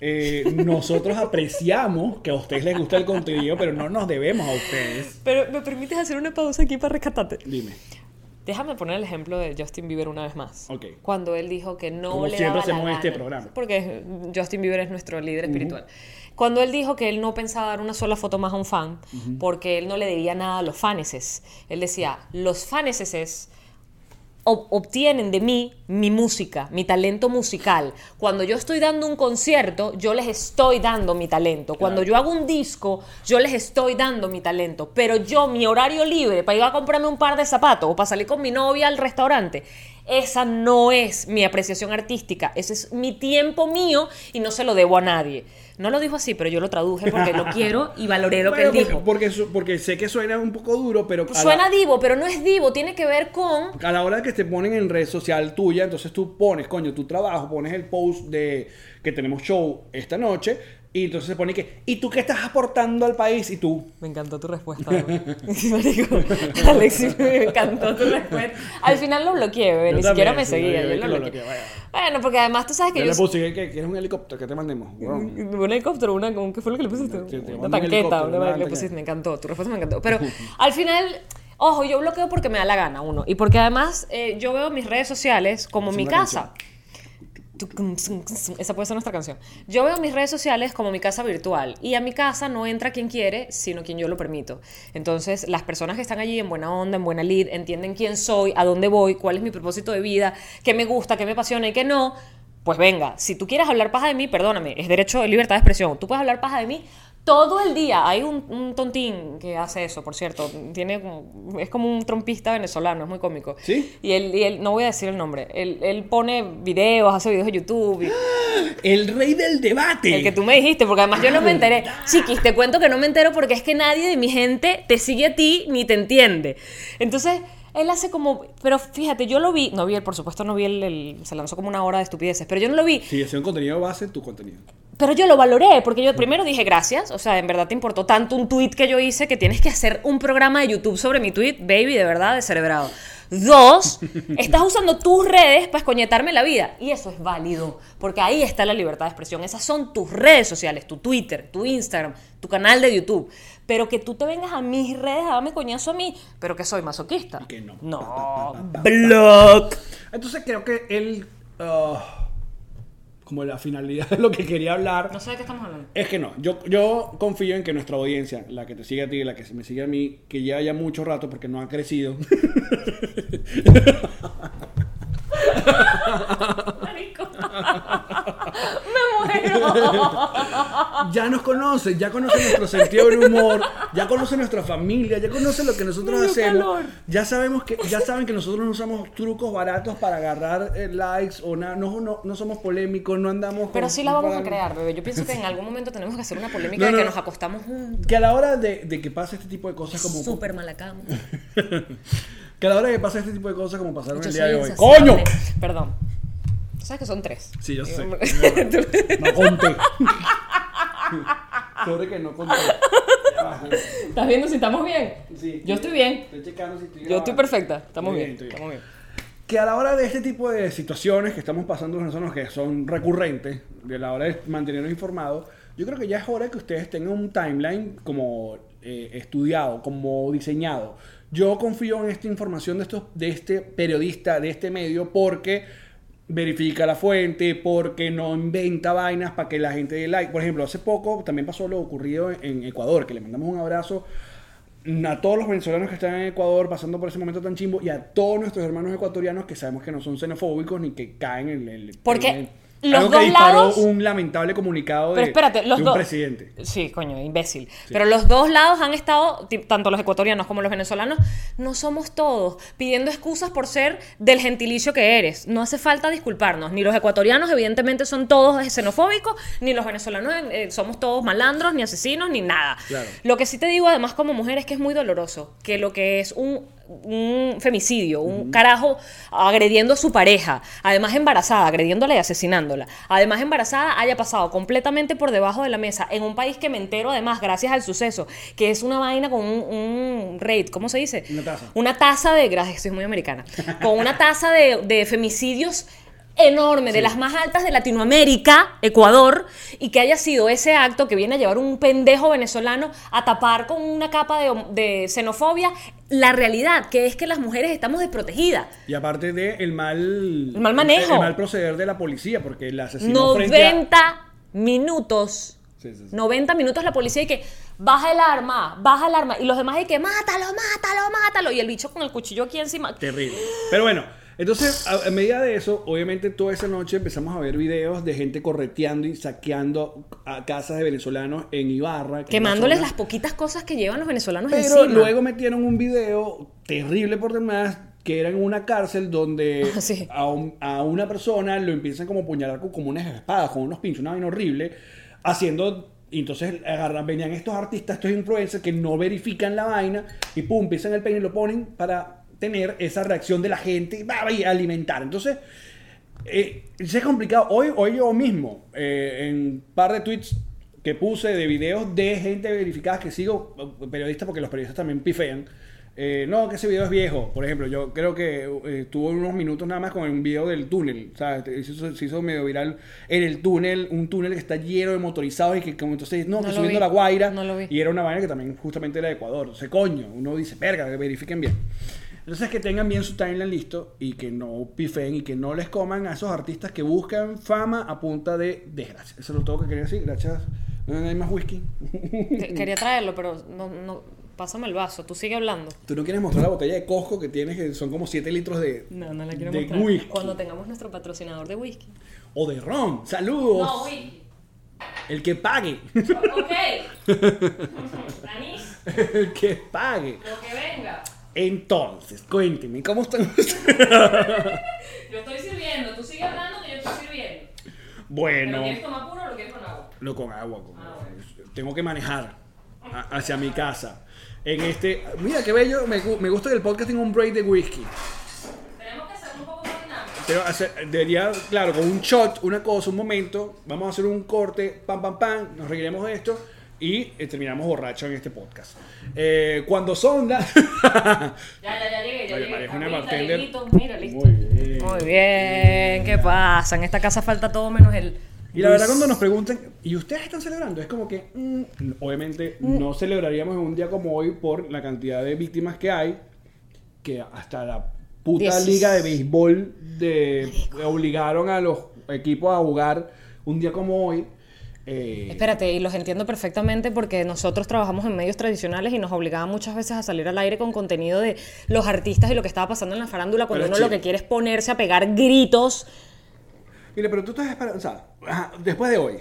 [SPEAKER 1] Eh, nosotros apreciamos que a ustedes les gusta el contenido, pero no nos debemos a ustedes.
[SPEAKER 2] Pero me permites hacer una pausa aquí para rescatarte.
[SPEAKER 1] Dime.
[SPEAKER 2] Déjame poner el ejemplo de Justin Bieber una vez más.
[SPEAKER 1] Ok.
[SPEAKER 2] Cuando él dijo que no
[SPEAKER 1] Como
[SPEAKER 2] le
[SPEAKER 1] siempre
[SPEAKER 2] daba la
[SPEAKER 1] hacemos en este
[SPEAKER 2] gana.
[SPEAKER 1] programa.
[SPEAKER 2] Porque Justin Bieber es nuestro líder espiritual. Cuando él dijo que él no pensaba dar una sola foto más a un fan, porque él no le debía nada a los faneses. Él decía, los faneses ob- obtienen de mí mi música, mi talento musical. Cuando yo estoy dando un concierto, yo les estoy dando mi talento. Cuando yo hago un disco, yo les estoy dando mi talento. Pero yo, mi horario libre para ir a comprarme un par de zapatos o para salir con mi novia al restaurante, esa no es mi apreciación artística. Ese es mi tiempo mío y no se lo debo a nadie. No lo dijo así, pero yo lo traduje porque lo quiero y valoré lo que
[SPEAKER 1] Bueno,
[SPEAKER 2] él
[SPEAKER 1] porque,
[SPEAKER 2] dijo.
[SPEAKER 1] porque, su- porque sé que suena un poco duro, pero a la-
[SPEAKER 2] Suena divo, pero no es divo. Tiene que ver con
[SPEAKER 1] a la hora que te ponen en red social tuya, entonces tú pones, coño, tu trabajo, pones el post de que tenemos show esta noche, y entonces se pone que, ¿y tú qué estás aportando al país? Y tú,
[SPEAKER 2] Me encantó tu respuesta. Marico, Alex, me encantó tu respuesta. Al final lo bloqueé, bebé,
[SPEAKER 1] Yo
[SPEAKER 2] ni siquiera
[SPEAKER 1] también,
[SPEAKER 2] me
[SPEAKER 1] sí,
[SPEAKER 2] seguía.
[SPEAKER 1] yo
[SPEAKER 2] Yo
[SPEAKER 1] vi
[SPEAKER 2] lo
[SPEAKER 1] que lo
[SPEAKER 2] bloqueé.
[SPEAKER 1] bloqueé,
[SPEAKER 2] Bueno, porque además tú sabes que
[SPEAKER 1] yo
[SPEAKER 2] yo.
[SPEAKER 1] le puse que quieres un helicóptero que te mandemos. weón.
[SPEAKER 2] Un helicóptero, una, ¿cómo- ¿qué fue lo que le pusiste?
[SPEAKER 1] Sí, te mandó
[SPEAKER 2] Una
[SPEAKER 1] un
[SPEAKER 2] tanqueta,
[SPEAKER 1] helicóptero,
[SPEAKER 2] una
[SPEAKER 1] una
[SPEAKER 2] vaina que le
[SPEAKER 1] tanqueta.
[SPEAKER 2] pusiste. Me encantó, tu respuesta me encantó. Pero al final, ojo, yo bloqueo porque me da la gana, uno. Y porque además eh, yo veo mis redes sociales como
[SPEAKER 1] Es
[SPEAKER 2] mi
[SPEAKER 1] una
[SPEAKER 2] casa. mm, Esa puede ser nuestra canción. Yo veo mis redes sociales como mi casa virtual y a mi casa no entra quien quiere, sino quien yo lo permito. Entonces, las personas que están allí en buena onda, en buena lead, entienden quién soy, a dónde voy, cuál es mi propósito de vida, qué me gusta, qué me apasiona y qué no. Pues venga, si tú quieres hablar paja de mí, perdóname, es derecho de libertad de expresión. Tú puedes hablar paja de mí todo el día. Hay un, un tontín que hace eso, por cierto. Tiene, como- es como un trompista venezolano, es muy cómico.
[SPEAKER 1] ¿Sí?
[SPEAKER 2] Y él, y él- no voy a decir el nombre, él, él pone videos, hace videos de YouTube. y-
[SPEAKER 1] El rey del debate.
[SPEAKER 2] el que tú me dijiste, porque además yo no me enteré. Chiquis, te cuento que no me entero porque es que nadie de mi gente te sigue a ti ni te entiende. Entonces, él hace como. Pero fíjate, yo lo vi. No vi, él, por supuesto, no vi el. el- se lanzó como una hora de estupideces, pero yo no lo vi.
[SPEAKER 1] Si es un contenido base, tu contenido.
[SPEAKER 2] Pero yo lo valoré, porque yo primero dije gracias, o sea, en verdad te importó tanto un tweet que yo hice que tienes que hacer un programa de YouTube sobre mi tweet, baby, de verdad, descerebrado. Dos, estás usando tus redes para escoñetarme la vida, y eso es válido, porque ahí está la libertad de expresión. Esas son tus redes sociales, tu Twitter, tu Instagram, tu canal de YouTube. Pero que tú te vengas a mis redes a darme coñazo a mí, pero que soy masoquista.
[SPEAKER 1] Que no.
[SPEAKER 2] No, block.
[SPEAKER 1] Entonces creo que él. ah, como la finalidad de lo que quería hablar.
[SPEAKER 2] No sé de qué estamos hablando.
[SPEAKER 1] Es que no, yo, yo confío en que nuestra audiencia, la que te sigue a ti, la que me sigue a mí, que lleva ya mucho rato porque no ha crecido.
[SPEAKER 2] Marico. Me muero.
[SPEAKER 1] ya nos conoce, ya conoce nuestro sentido del humor, ya conoce nuestra familia, ya conoce lo que nosotros
[SPEAKER 2] Me dio
[SPEAKER 1] hacemos.
[SPEAKER 2] calor.
[SPEAKER 1] Ya sabemos que ya saben que nosotros no usamos trucos baratos para agarrar eh, likes o nada, no, no, no somos polémicos, no andamos
[SPEAKER 2] Pero
[SPEAKER 1] con-
[SPEAKER 2] sí la vamos a
[SPEAKER 1] con-
[SPEAKER 2] crear, bebé. Yo pienso que en algún momento tenemos que hacer una polémica
[SPEAKER 1] No,
[SPEAKER 2] de que
[SPEAKER 1] no.
[SPEAKER 2] nos acostamos juntos.
[SPEAKER 1] Que a la hora de, de que pase este tipo de cosas como
[SPEAKER 2] Súper mala cama.
[SPEAKER 1] que a la hora de que pase este tipo de cosas como pasaron
[SPEAKER 2] Yo
[SPEAKER 1] el
[SPEAKER 2] soy
[SPEAKER 1] día de hoy.
[SPEAKER 2] insaciable.
[SPEAKER 1] ¡Coño!
[SPEAKER 2] Perdón. Tú sabes que son tres.
[SPEAKER 1] Sí, yo sé.
[SPEAKER 2] Tú-
[SPEAKER 1] No conté. Sobre que no conté. Ya va,
[SPEAKER 2] ¿Estás viendo si estamos bien?
[SPEAKER 1] sí.
[SPEAKER 2] Yo estoy bien.
[SPEAKER 1] Estoy checando si estoy
[SPEAKER 2] Yo estoy
[SPEAKER 1] grabando.
[SPEAKER 2] perfecta. Estamos
[SPEAKER 1] Estoy
[SPEAKER 2] bien.
[SPEAKER 1] estoy
[SPEAKER 2] Estamos bien.
[SPEAKER 1] Que a la hora de este tipo de situaciones que estamos pasando nosotros, que son recurrentes, de la hora de mantenernos informados, yo creo que ya es hora que ustedes tengan un timeline como eh, estudiado, como diseñado. Yo confío en esta información de, estos, de este periodista, de este medio, porque verifica la fuente, porque no inventa vainas para que la gente dé like. Por ejemplo, hace poco también pasó lo ocurrido en Ecuador, que le mandamos un abrazo a todos los venezolanos que están en Ecuador pasando por ese momento tan chimbo y a todos nuestros hermanos ecuatorianos que sabemos que no son xenofóbicos ni que caen en el...
[SPEAKER 2] Porque
[SPEAKER 1] en el-
[SPEAKER 2] los
[SPEAKER 1] algo
[SPEAKER 2] dos
[SPEAKER 1] que disparó
[SPEAKER 2] lados-
[SPEAKER 1] un lamentable comunicado de,
[SPEAKER 2] Pero espérate, los
[SPEAKER 1] de un
[SPEAKER 2] dos.
[SPEAKER 1] presidente.
[SPEAKER 2] Sí, coño, imbécil. Pero los dos lados han estado, ti- tanto los ecuatorianos como los venezolanos, no somos todos, pidiendo excusas por ser del gentilicio que eres. No hace falta disculparnos. Ni los ecuatorianos, evidentemente, son todos xenofóbicos, ni los venezolanos eh, somos todos malandros, ni asesinos, ni nada.
[SPEAKER 1] Claro.
[SPEAKER 2] Lo que sí te digo, además, como mujer, es que es muy doloroso que lo que es un, un femicidio, un carajo agrediendo a su pareja, además embarazada, agrediéndola y asesinándola, además embarazada haya pasado completamente por debajo de la mesa en un país que me entero, además, gracias al suceso, que es una vaina con un, un rate, ¿cómo se dice?
[SPEAKER 1] Una tasa.
[SPEAKER 2] Una tasa de, gracias, soy muy americana, con una tasa de, de femicidios enorme, de las más altas de Latinoamérica, Ecuador, y que haya sido ese acto que viene a llevar un pendejo venezolano a tapar con una capa de, de xenofobia la realidad, que es que las mujeres estamos desprotegidas.
[SPEAKER 1] Y aparte de el mal...
[SPEAKER 2] El mal manejo.
[SPEAKER 1] El mal proceder de la policía porque el asesino frente a-
[SPEAKER 2] 90 minutos.
[SPEAKER 1] Sí, sí, sí.
[SPEAKER 2] 90 minutos la policía y que baja el arma, baja el arma. Y los demás y que mátalo, mátalo, mátalo. Y el bicho con el cuchillo aquí encima.
[SPEAKER 1] Terrible. Pero bueno, entonces, a, a medida de eso, obviamente toda esa noche empezamos a ver videos de gente correteando y saqueando a casas de venezolanos en Ibarra. que
[SPEAKER 2] Quemándoles
[SPEAKER 1] no
[SPEAKER 2] las
[SPEAKER 1] son-
[SPEAKER 2] poquitas cosas que llevan los venezolanos
[SPEAKER 1] Pero
[SPEAKER 2] encima.
[SPEAKER 1] luego metieron un video terrible por demás que era en una cárcel donde
[SPEAKER 2] Ah, sí.
[SPEAKER 1] a, un- a una persona lo empiezan como a apuñalar con como unas espadas, con unos pinchos, una vaina horrible, haciendo... y Entonces agarran, venían estos artistas, estos influencers que no verifican la vaina y pum, pisan el peine y lo ponen para tener esa reacción de la gente y, va, y alimentar. Entonces, eh, sí es complicado. Hoy, hoy yo mismo, eh, en un par de tweets que puse de videos de gente verificada que sigo, eh, periodistas, porque los periodistas también pifean. eh, no, que ese video es viejo. Por ejemplo, yo creo que eh, tuvo unos minutos nada más con un video del túnel. ¿sabes? Te- Se hizo, se hizo medio viral en el túnel, un túnel que está lleno de motorizados y que como entonces, no,
[SPEAKER 2] No
[SPEAKER 1] que
[SPEAKER 2] lo
[SPEAKER 1] subiendo
[SPEAKER 2] vi.
[SPEAKER 1] la Guaira.
[SPEAKER 2] No lo vi.
[SPEAKER 1] Y era una vaina que también justamente era de Ecuador. O sea, coño, uno dice, verga, que verifiquen bien. Entonces que tengan bien su timeline listo y que no pifen y que no les coman a esos artistas que buscan fama a punta de desgracia. Eso es lo todo que quería decir. Gracias. No hay más whisky.
[SPEAKER 2] Que- Quería traerlo, pero no, no. Pásame el vaso, tú sigue hablando.
[SPEAKER 1] Tú no quieres mostrar la botella de Costco que tienes, que son como 7 litros de,
[SPEAKER 2] No, no la quiero
[SPEAKER 1] de
[SPEAKER 2] mostrar.
[SPEAKER 1] whisky.
[SPEAKER 2] Cuando tengamos nuestro patrocinador de whisky.
[SPEAKER 1] O de ron. Saludos.
[SPEAKER 2] whisky.
[SPEAKER 1] El que pague.
[SPEAKER 2] Ok. Anís,
[SPEAKER 1] El que pague.
[SPEAKER 2] lo que venga.
[SPEAKER 1] Entonces, cuénteme, ¿cómo están ustedes?
[SPEAKER 2] Yo estoy sirviendo, tú sigue hablando que yo estoy sirviendo.
[SPEAKER 1] Bueno.
[SPEAKER 2] tomar puro o lo quieres con agua?
[SPEAKER 1] No, con agua. con agua. Tengo que manejar a- hacia mi casa. En este. Mira qué bello. Me, gu- me gusta que el podcast tenga un break de whisky.
[SPEAKER 2] Tenemos que hacer un poco más dinámico.
[SPEAKER 1] Pero hacer- debería, claro, con un shot, una cosa, un momento, vamos a hacer un corte, pam, pam, pam, nos reiremos de esto y eh, terminamos borrachos en este podcast. Eh, cuando son las...
[SPEAKER 2] Ya, ya, ya llegué, ya
[SPEAKER 1] Oye,
[SPEAKER 2] llegué.
[SPEAKER 1] María, es una
[SPEAKER 2] Agüita,
[SPEAKER 1] bartender.
[SPEAKER 2] hielito, Mira, listo.
[SPEAKER 1] Muy bien.
[SPEAKER 2] Muy bien, ¿qué pasa? En esta casa falta todo menos el...
[SPEAKER 1] Y la verdad cuando nos preguntan, ¿y ustedes están celebrando? Es como que, mm, obviamente,
[SPEAKER 2] Mm.
[SPEAKER 1] no celebraríamos en un día como hoy por la cantidad de víctimas que hay, que hasta la puta
[SPEAKER 2] Diecis-
[SPEAKER 1] liga de béisbol de, obligaron a los equipos a jugar un día como hoy. Eh,
[SPEAKER 2] Espérate, y los entiendo perfectamente porque nosotros trabajamos en medios tradicionales y nos obligaban muchas veces a salir al aire con contenido de los artistas y lo que estaba pasando en la farándula cuando
[SPEAKER 1] Pero
[SPEAKER 2] uno
[SPEAKER 1] es
[SPEAKER 2] lo
[SPEAKER 1] chill.
[SPEAKER 2] que quiere es ponerse a pegar gritos.
[SPEAKER 1] Mire, pero tú estás esperanzada. Ajá, Después de hoy.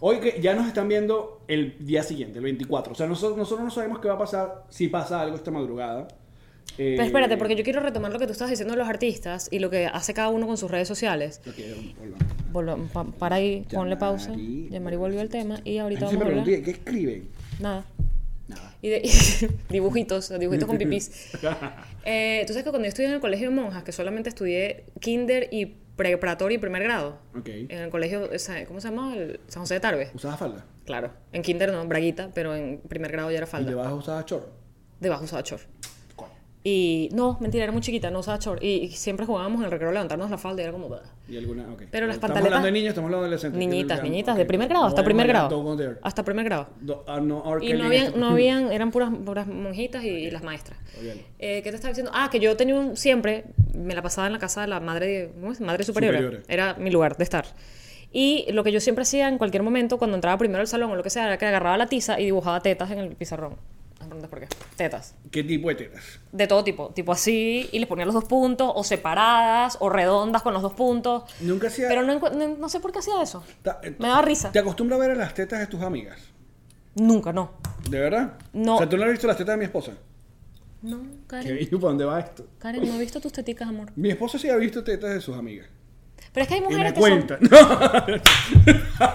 [SPEAKER 1] Hoy que ya nos están viendo el día siguiente, el 24. O sea, nosotros, nosotros no sabemos qué va a pasar si pasa algo esta madrugada. Eh,
[SPEAKER 2] Pero espérate, porque yo quiero retomar lo que tú estabas diciendo de los artistas y lo que hace cada uno con sus redes sociales.
[SPEAKER 1] Ok, hola.
[SPEAKER 2] Volva- pa- para ahí, ponle pausa.
[SPEAKER 1] Yamari.
[SPEAKER 2] Yamari volvió al tema y
[SPEAKER 1] Ay,
[SPEAKER 2] ahorita
[SPEAKER 1] yo siempre
[SPEAKER 2] vamos a hablar.
[SPEAKER 1] pregunté, ¿qué escriben?
[SPEAKER 2] Nada.
[SPEAKER 1] Nada.
[SPEAKER 2] Y de dibujitos, dibujitos con pipís. Eh, Tú sabes que cuando yo estudié en el colegio de monjas, que solamente estudié kinder y preparatorio y primer grado,
[SPEAKER 1] Ok.
[SPEAKER 2] en el colegio, eh, Sa- ¿cómo se llama? El San José de Tarbe.
[SPEAKER 1] ¿Usabas falda?
[SPEAKER 2] Claro. En kinder no, braguita, pero en primer grado ya era
[SPEAKER 1] ¿Y
[SPEAKER 2] falda.
[SPEAKER 1] debajo usabas chorro?
[SPEAKER 2] Debajo usaba short.
[SPEAKER 1] Coño.
[SPEAKER 2] Y no, mentira, era muy chiquita, no usaba short. Y, y siempre jugábamos en el recreo a levantarnos la falda y era como... "Bah".
[SPEAKER 1] Y alguna, ok.
[SPEAKER 2] Pero las
[SPEAKER 1] Estamos
[SPEAKER 2] pantaletas-
[SPEAKER 1] hablando de niños, estamos hablando de adolescentes.
[SPEAKER 2] Niñitas,
[SPEAKER 1] Ok.
[SPEAKER 2] niñitas, de primer grado, hasta
[SPEAKER 1] No
[SPEAKER 2] primer
[SPEAKER 1] vayamos a
[SPEAKER 2] grado.
[SPEAKER 1] Don't go there.
[SPEAKER 2] Hasta primer grado.
[SPEAKER 1] Do- ah, no, R.
[SPEAKER 2] Y
[SPEAKER 1] Kelly
[SPEAKER 2] no
[SPEAKER 1] en
[SPEAKER 2] habían,
[SPEAKER 1] este-
[SPEAKER 2] no habían, eran puras, puras monjitas y, y las maestras.
[SPEAKER 1] Olvídalo.
[SPEAKER 2] Eh, ¿Qué te estaba diciendo? Ah, que yo tenía un, siempre, me la pasaba en la casa de la madre, ¿cómo es? Madre superiora.
[SPEAKER 1] Superiora.
[SPEAKER 2] Era mi lugar de estar. Y lo que yo siempre hacía en cualquier momento, cuando entraba primero al salón o lo que sea, era que agarraba la tiza y dibujaba tetas en el pizarrón. No me preguntes por qué. Tetas.
[SPEAKER 1] ¿Qué tipo de tetas?
[SPEAKER 2] De todo tipo. Tipo así, y les ponía los dos puntos, o separadas, o redondas con los dos puntos.
[SPEAKER 1] Nunca hacía...
[SPEAKER 2] Pero no, encu- no, no sé por qué hacía eso.
[SPEAKER 1] Ta- eh,
[SPEAKER 2] Me daba risa.
[SPEAKER 1] ¿Te acostumbras a ver a las tetas de tus amigas?
[SPEAKER 2] Nunca, no.
[SPEAKER 1] ¿De verdad?
[SPEAKER 2] No.
[SPEAKER 1] O sea, ¿tú no has visto las tetas de mi esposa?
[SPEAKER 2] No,
[SPEAKER 1] ¿Qué
[SPEAKER 2] Karen.
[SPEAKER 1] bicho, ¿Para dónde va esto?
[SPEAKER 2] Karen, no he visto tus teticas, amor.
[SPEAKER 1] Mi esposa sí ha visto tetas de sus amigas.
[SPEAKER 2] Pero es que hay
[SPEAKER 1] Y
[SPEAKER 2] mujeres
[SPEAKER 1] me
[SPEAKER 2] que son-
[SPEAKER 1] cuenta. No.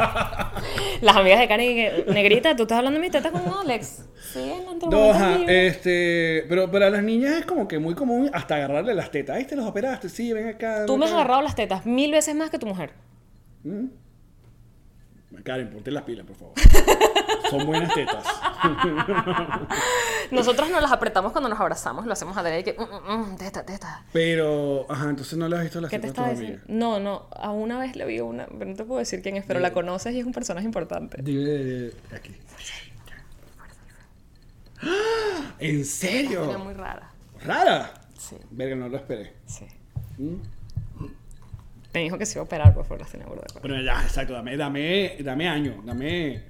[SPEAKER 2] Las amigas de Karen, que, negrita, tú estás hablando de mi teta con Alex. Sí, no te
[SPEAKER 1] No,
[SPEAKER 2] momento
[SPEAKER 1] ajá,
[SPEAKER 2] libre.
[SPEAKER 1] este, pero para las niñas es como que muy común hasta agarrarle las tetas. Ahí te los operaste, sí, ven acá.
[SPEAKER 2] Tú
[SPEAKER 1] ven
[SPEAKER 2] me has
[SPEAKER 1] acá.
[SPEAKER 2] agarrado las tetas mil veces más que tu mujer.
[SPEAKER 1] Karen, ponte las pilas, por favor. Son buenas tetas.
[SPEAKER 2] Nosotros nos las apretamos cuando nos abrazamos, lo hacemos a y que, mm, mm, mm, teta, teta.
[SPEAKER 1] Pero, ajá, entonces no le has visto las
[SPEAKER 2] ¿Qué te
[SPEAKER 1] tetas
[SPEAKER 2] estaba
[SPEAKER 1] a tu
[SPEAKER 2] diciendo?
[SPEAKER 1] amiga.
[SPEAKER 2] No, no, a una vez le vi una, pero no te puedo decir quién es, pero la conoces y es un personaje importante.
[SPEAKER 1] Dime, aquí. ¡Ah! ¿En
[SPEAKER 2] Era
[SPEAKER 1] serio?
[SPEAKER 2] muy rara.
[SPEAKER 1] ¿Rara?
[SPEAKER 2] Sí,
[SPEAKER 1] Verga, no lo esperé.
[SPEAKER 2] sí.
[SPEAKER 1] ¿Mm?
[SPEAKER 2] Me dijo que se iba a operar, pues, por favor, las tenía gordas.
[SPEAKER 1] Bueno, ya, exacto, dame, dame, dame año, dame.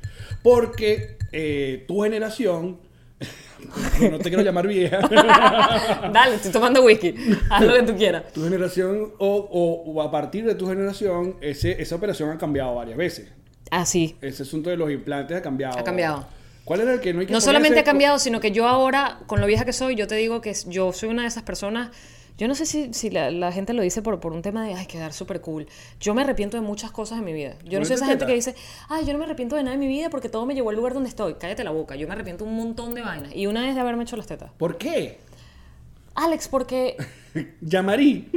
[SPEAKER 1] Porque eh, tu generación, no te quiero llamar vieja,
[SPEAKER 2] Dale, estoy tomando whisky. Haz lo que tú quieras.
[SPEAKER 1] tu generación o, o- o a partir de tu generación, ese, esa operación ha cambiado varias veces.
[SPEAKER 2] Así.
[SPEAKER 1] Ese asunto de los implantes ha cambiado.
[SPEAKER 2] Ha cambiado.
[SPEAKER 1] ¿Cuál era el que no hay que
[SPEAKER 2] No
[SPEAKER 1] ponerse?
[SPEAKER 2] solamente ha cambiado, sino que yo ahora, con lo vieja que soy, yo te digo que yo soy una de esas personas. Yo no sé si, si la, la gente lo dice por, por un tema de, ay, quedar súper cool. Yo me arrepiento de muchas cosas en mi vida. Yo no
[SPEAKER 1] Ponerte
[SPEAKER 2] soy esa gente
[SPEAKER 1] teta.
[SPEAKER 2] que dice, ay, yo no me arrepiento de nada en mi vida porque todo me llevó al lugar donde estoy. Cállate la boca. Yo me arrepiento un montón de vainas. Y una es de haberme hecho las tetas.
[SPEAKER 1] ¿Por qué?
[SPEAKER 2] Alex, porque...
[SPEAKER 1] Llamarí.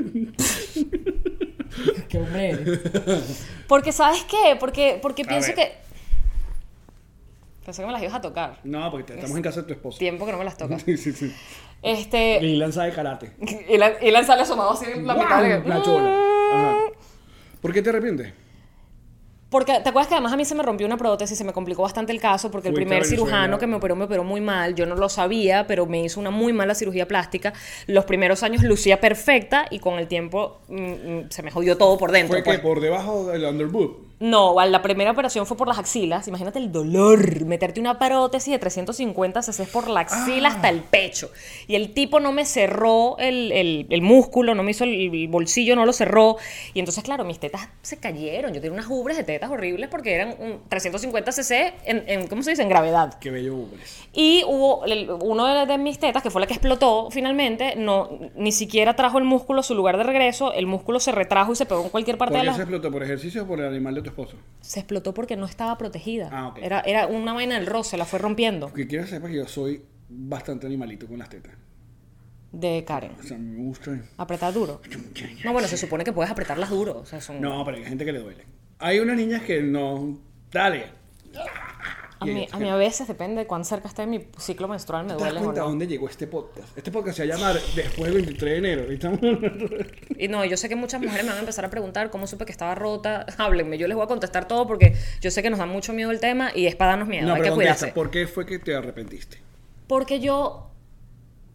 [SPEAKER 2] ¡Qué hombre eres. Porque, ¿sabes qué? Porque, porque
[SPEAKER 1] A
[SPEAKER 2] pienso
[SPEAKER 1] ver.
[SPEAKER 2] que... Pensé que me las ibas a tocar.
[SPEAKER 1] No, porque te- estamos en casa de tu esposo.
[SPEAKER 2] Tiempo que no me las tocas.
[SPEAKER 1] Sí, sí, sí.
[SPEAKER 2] Este...
[SPEAKER 1] Y lanza de karate.
[SPEAKER 2] Y la- y la sale asomado así en la
[SPEAKER 1] ¡Guau!
[SPEAKER 2] mitad de...
[SPEAKER 1] La chola. Ajá. ¿Por qué te arrepientes?
[SPEAKER 2] Porque te acuerdas que además a mí se me rompió una prótesis, se me complicó bastante el caso porque el
[SPEAKER 1] Fuiste a
[SPEAKER 2] primer
[SPEAKER 1] Venezuela.
[SPEAKER 2] cirujano que me operó me operó muy mal, yo no lo sabía, pero me hizo una muy mala cirugía plástica. Los primeros años lucía perfecta y con el tiempo mm, mm, se me jodió todo por dentro.
[SPEAKER 1] Fue
[SPEAKER 2] pues.
[SPEAKER 1] que por debajo del underboob.
[SPEAKER 2] No, la primera operación fue por las axilas. Imagínate el dolor. Meterte una prótesis de 350 cc por la axila hasta el pecho. Y el tipo no me cerró el, el- el músculo, no me hizo el, el bolsillo, no lo cerró. Y entonces, claro, mis tetas se cayeron. Yo tenía unas ubres de tetas horribles porque eran un 350 cc en, en- ¿cómo se dice? En gravedad.
[SPEAKER 1] Qué bello pues. hombres.
[SPEAKER 2] Y hubo el- uno de, de mis tetas, que fue la que explotó finalmente, no, ni siquiera trajo el músculo a su lugar de regreso. El músculo se retrajo y se pegó en cualquier parte
[SPEAKER 1] ¿Por
[SPEAKER 2] de
[SPEAKER 1] qué
[SPEAKER 2] la
[SPEAKER 1] se explotó? ¿Por ejercicio o por el animal de tu esposo?
[SPEAKER 2] se explotó porque no estaba protegida.
[SPEAKER 1] Ah, ok.
[SPEAKER 2] era, era una vaina del roce, la fue rompiendo.
[SPEAKER 1] Porque quiero que sepas que yo soy bastante animalito con las tetas.
[SPEAKER 2] de Karen.
[SPEAKER 1] O sea, me gusta.
[SPEAKER 2] Apretar duro. No, bueno, se supone que puedes apretarlas duro. O sea, son...
[SPEAKER 1] No, pero hay gente que le duele. Hay unas niñas que no. Dale.
[SPEAKER 2] a, mí, a mí a veces depende de cuán cerca esté mi ciclo menstrual, me
[SPEAKER 1] ¿Te das
[SPEAKER 2] duele o
[SPEAKER 1] cuenta a
[SPEAKER 2] no.
[SPEAKER 1] dónde llegó este podcast? Este podcast se va a llamar después del 23 de enero. y estamos-
[SPEAKER 2] Y no, yo sé que muchas mujeres me van a empezar a preguntar cómo supe que estaba rota. Háblenme, yo les voy a contestar todo porque yo sé que nos da mucho miedo el tema y es para darnos miedo.
[SPEAKER 1] No,
[SPEAKER 2] Hay
[SPEAKER 1] pero
[SPEAKER 2] que cuidarse.
[SPEAKER 1] contesta, ¿por qué fue que te arrepentiste?
[SPEAKER 2] Porque yo,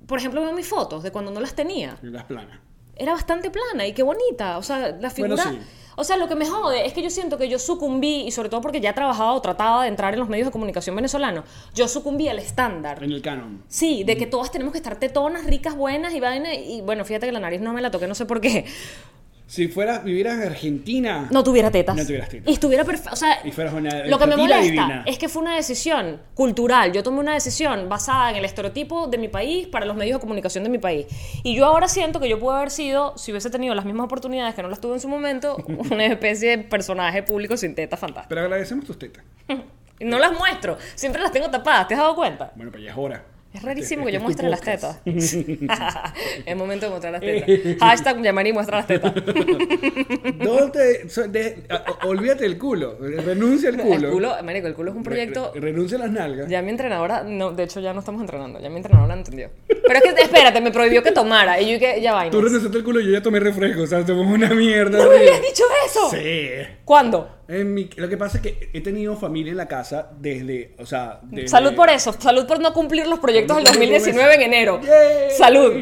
[SPEAKER 2] por ejemplo, veo mis fotos de cuando no las tenía.
[SPEAKER 1] En las planas.
[SPEAKER 2] Era bastante plana y qué bonita. O sea, la figura.
[SPEAKER 1] Bueno, sí.
[SPEAKER 2] O sea, lo que me jode es que yo siento que yo sucumbí, y sobre todo porque ya trabajaba o trataba de entrar en los medios de comunicación venezolanos, yo sucumbí al estándar.
[SPEAKER 1] En el Mm. canon.
[SPEAKER 2] Sí, de que todas tenemos que estar tetonas, ricas, buenas y vaina. Y bueno, fíjate que la nariz no me la toqué, no sé por qué.
[SPEAKER 1] Si fueras, vivieras en Argentina.
[SPEAKER 2] No tuviera tetas.
[SPEAKER 1] No tuvieras tetas.
[SPEAKER 2] Y estuviera perfecta. O sea,
[SPEAKER 1] Y fueras una
[SPEAKER 2] lo que me
[SPEAKER 1] estativa
[SPEAKER 2] molesta
[SPEAKER 1] divina.
[SPEAKER 2] es que fue una decisión cultural. Yo tomé una decisión basada en el estereotipo de mi país para los medios de comunicación de mi país. Y yo ahora siento que yo pude haber sido, si hubiese tenido las mismas oportunidades que no las tuve en su momento, una especie de personaje público sin tetas fantástico.
[SPEAKER 1] Pero agradecemos tus tetas.
[SPEAKER 2] Y No las muestro, siempre las tengo tapadas, ¿te has dado cuenta?
[SPEAKER 1] Bueno, pues ya es hora.
[SPEAKER 2] Es rarísimo
[SPEAKER 1] Este-
[SPEAKER 2] que yo
[SPEAKER 1] este
[SPEAKER 2] muestre
[SPEAKER 1] es
[SPEAKER 2] las
[SPEAKER 1] tu
[SPEAKER 2] tetas.
[SPEAKER 1] podcast.
[SPEAKER 2] es momento de mostrar las tetas. Hashtag Yamari muestra las tetas.
[SPEAKER 1] ¿Dónde so- de- a- o- olvídate el culo. Renuncia al culo.
[SPEAKER 2] El culo, marico, el culo es un proyecto
[SPEAKER 1] Re- renuncia a las nalgas.
[SPEAKER 2] Ya mi entrenadora, no, de hecho ya no estamos entrenando, ya mi entrenadora entendió. Pero es que, espérate, me prohibió que tomara. Y yo que ya vaina.
[SPEAKER 1] Tú
[SPEAKER 2] ¿No
[SPEAKER 1] renunciaste al culo y yo ya tomé refresco. O sea, tomamos una mierda.
[SPEAKER 2] me
[SPEAKER 1] así.
[SPEAKER 2] habías dicho eso?
[SPEAKER 1] Sí.
[SPEAKER 2] ¿Cuándo?
[SPEAKER 1] En mi- lo que pasa es que he tenido familia en la casa desde, o sea, desde-
[SPEAKER 2] Salud por eso, salud por no cumplir los proyectos del
[SPEAKER 1] Salud por
[SPEAKER 2] 2019 en
[SPEAKER 1] eso.
[SPEAKER 2] enero.
[SPEAKER 1] Yay.
[SPEAKER 2] Salud.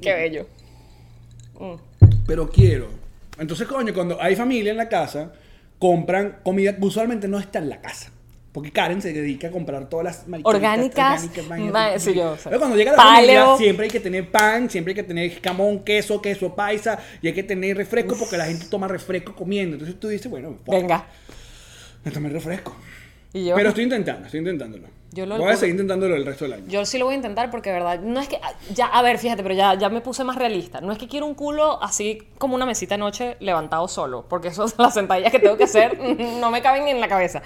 [SPEAKER 2] Qué bello.
[SPEAKER 1] Pero quiero. Entonces, coño, cuando hay familia en la casa, compran comida que usualmente no está en la casa. Porque Karen se dedica a comprar todas las mariquitas
[SPEAKER 2] Orgánicas,
[SPEAKER 1] vainas.
[SPEAKER 2] ma- sí, yo, o sea,
[SPEAKER 1] Pero cuando llega la
[SPEAKER 2] paleo.
[SPEAKER 1] familia, siempre hay que tener pan, siempre hay que tener jamón, queso, queso paisa, y hay que tener refresco porque la gente toma refresco comiendo. Entonces tú dices, bueno, fuck,
[SPEAKER 2] Venga.
[SPEAKER 1] me tomé refresco.
[SPEAKER 2] Y yo,
[SPEAKER 1] Pero estoy intentando, estoy intentándolo.
[SPEAKER 2] Yo lo-
[SPEAKER 1] Voy a seguir intentándolo el resto del año.
[SPEAKER 2] yo sí lo voy a intentar porque, de verdad, no es que. ah, ya A ver, fíjate, pero ya, ya me puse más realista. No es que quiero un culo así como una mesita de noche levantado solo, porque eso las sentadillas que tengo que hacer no me caben en la cabeza.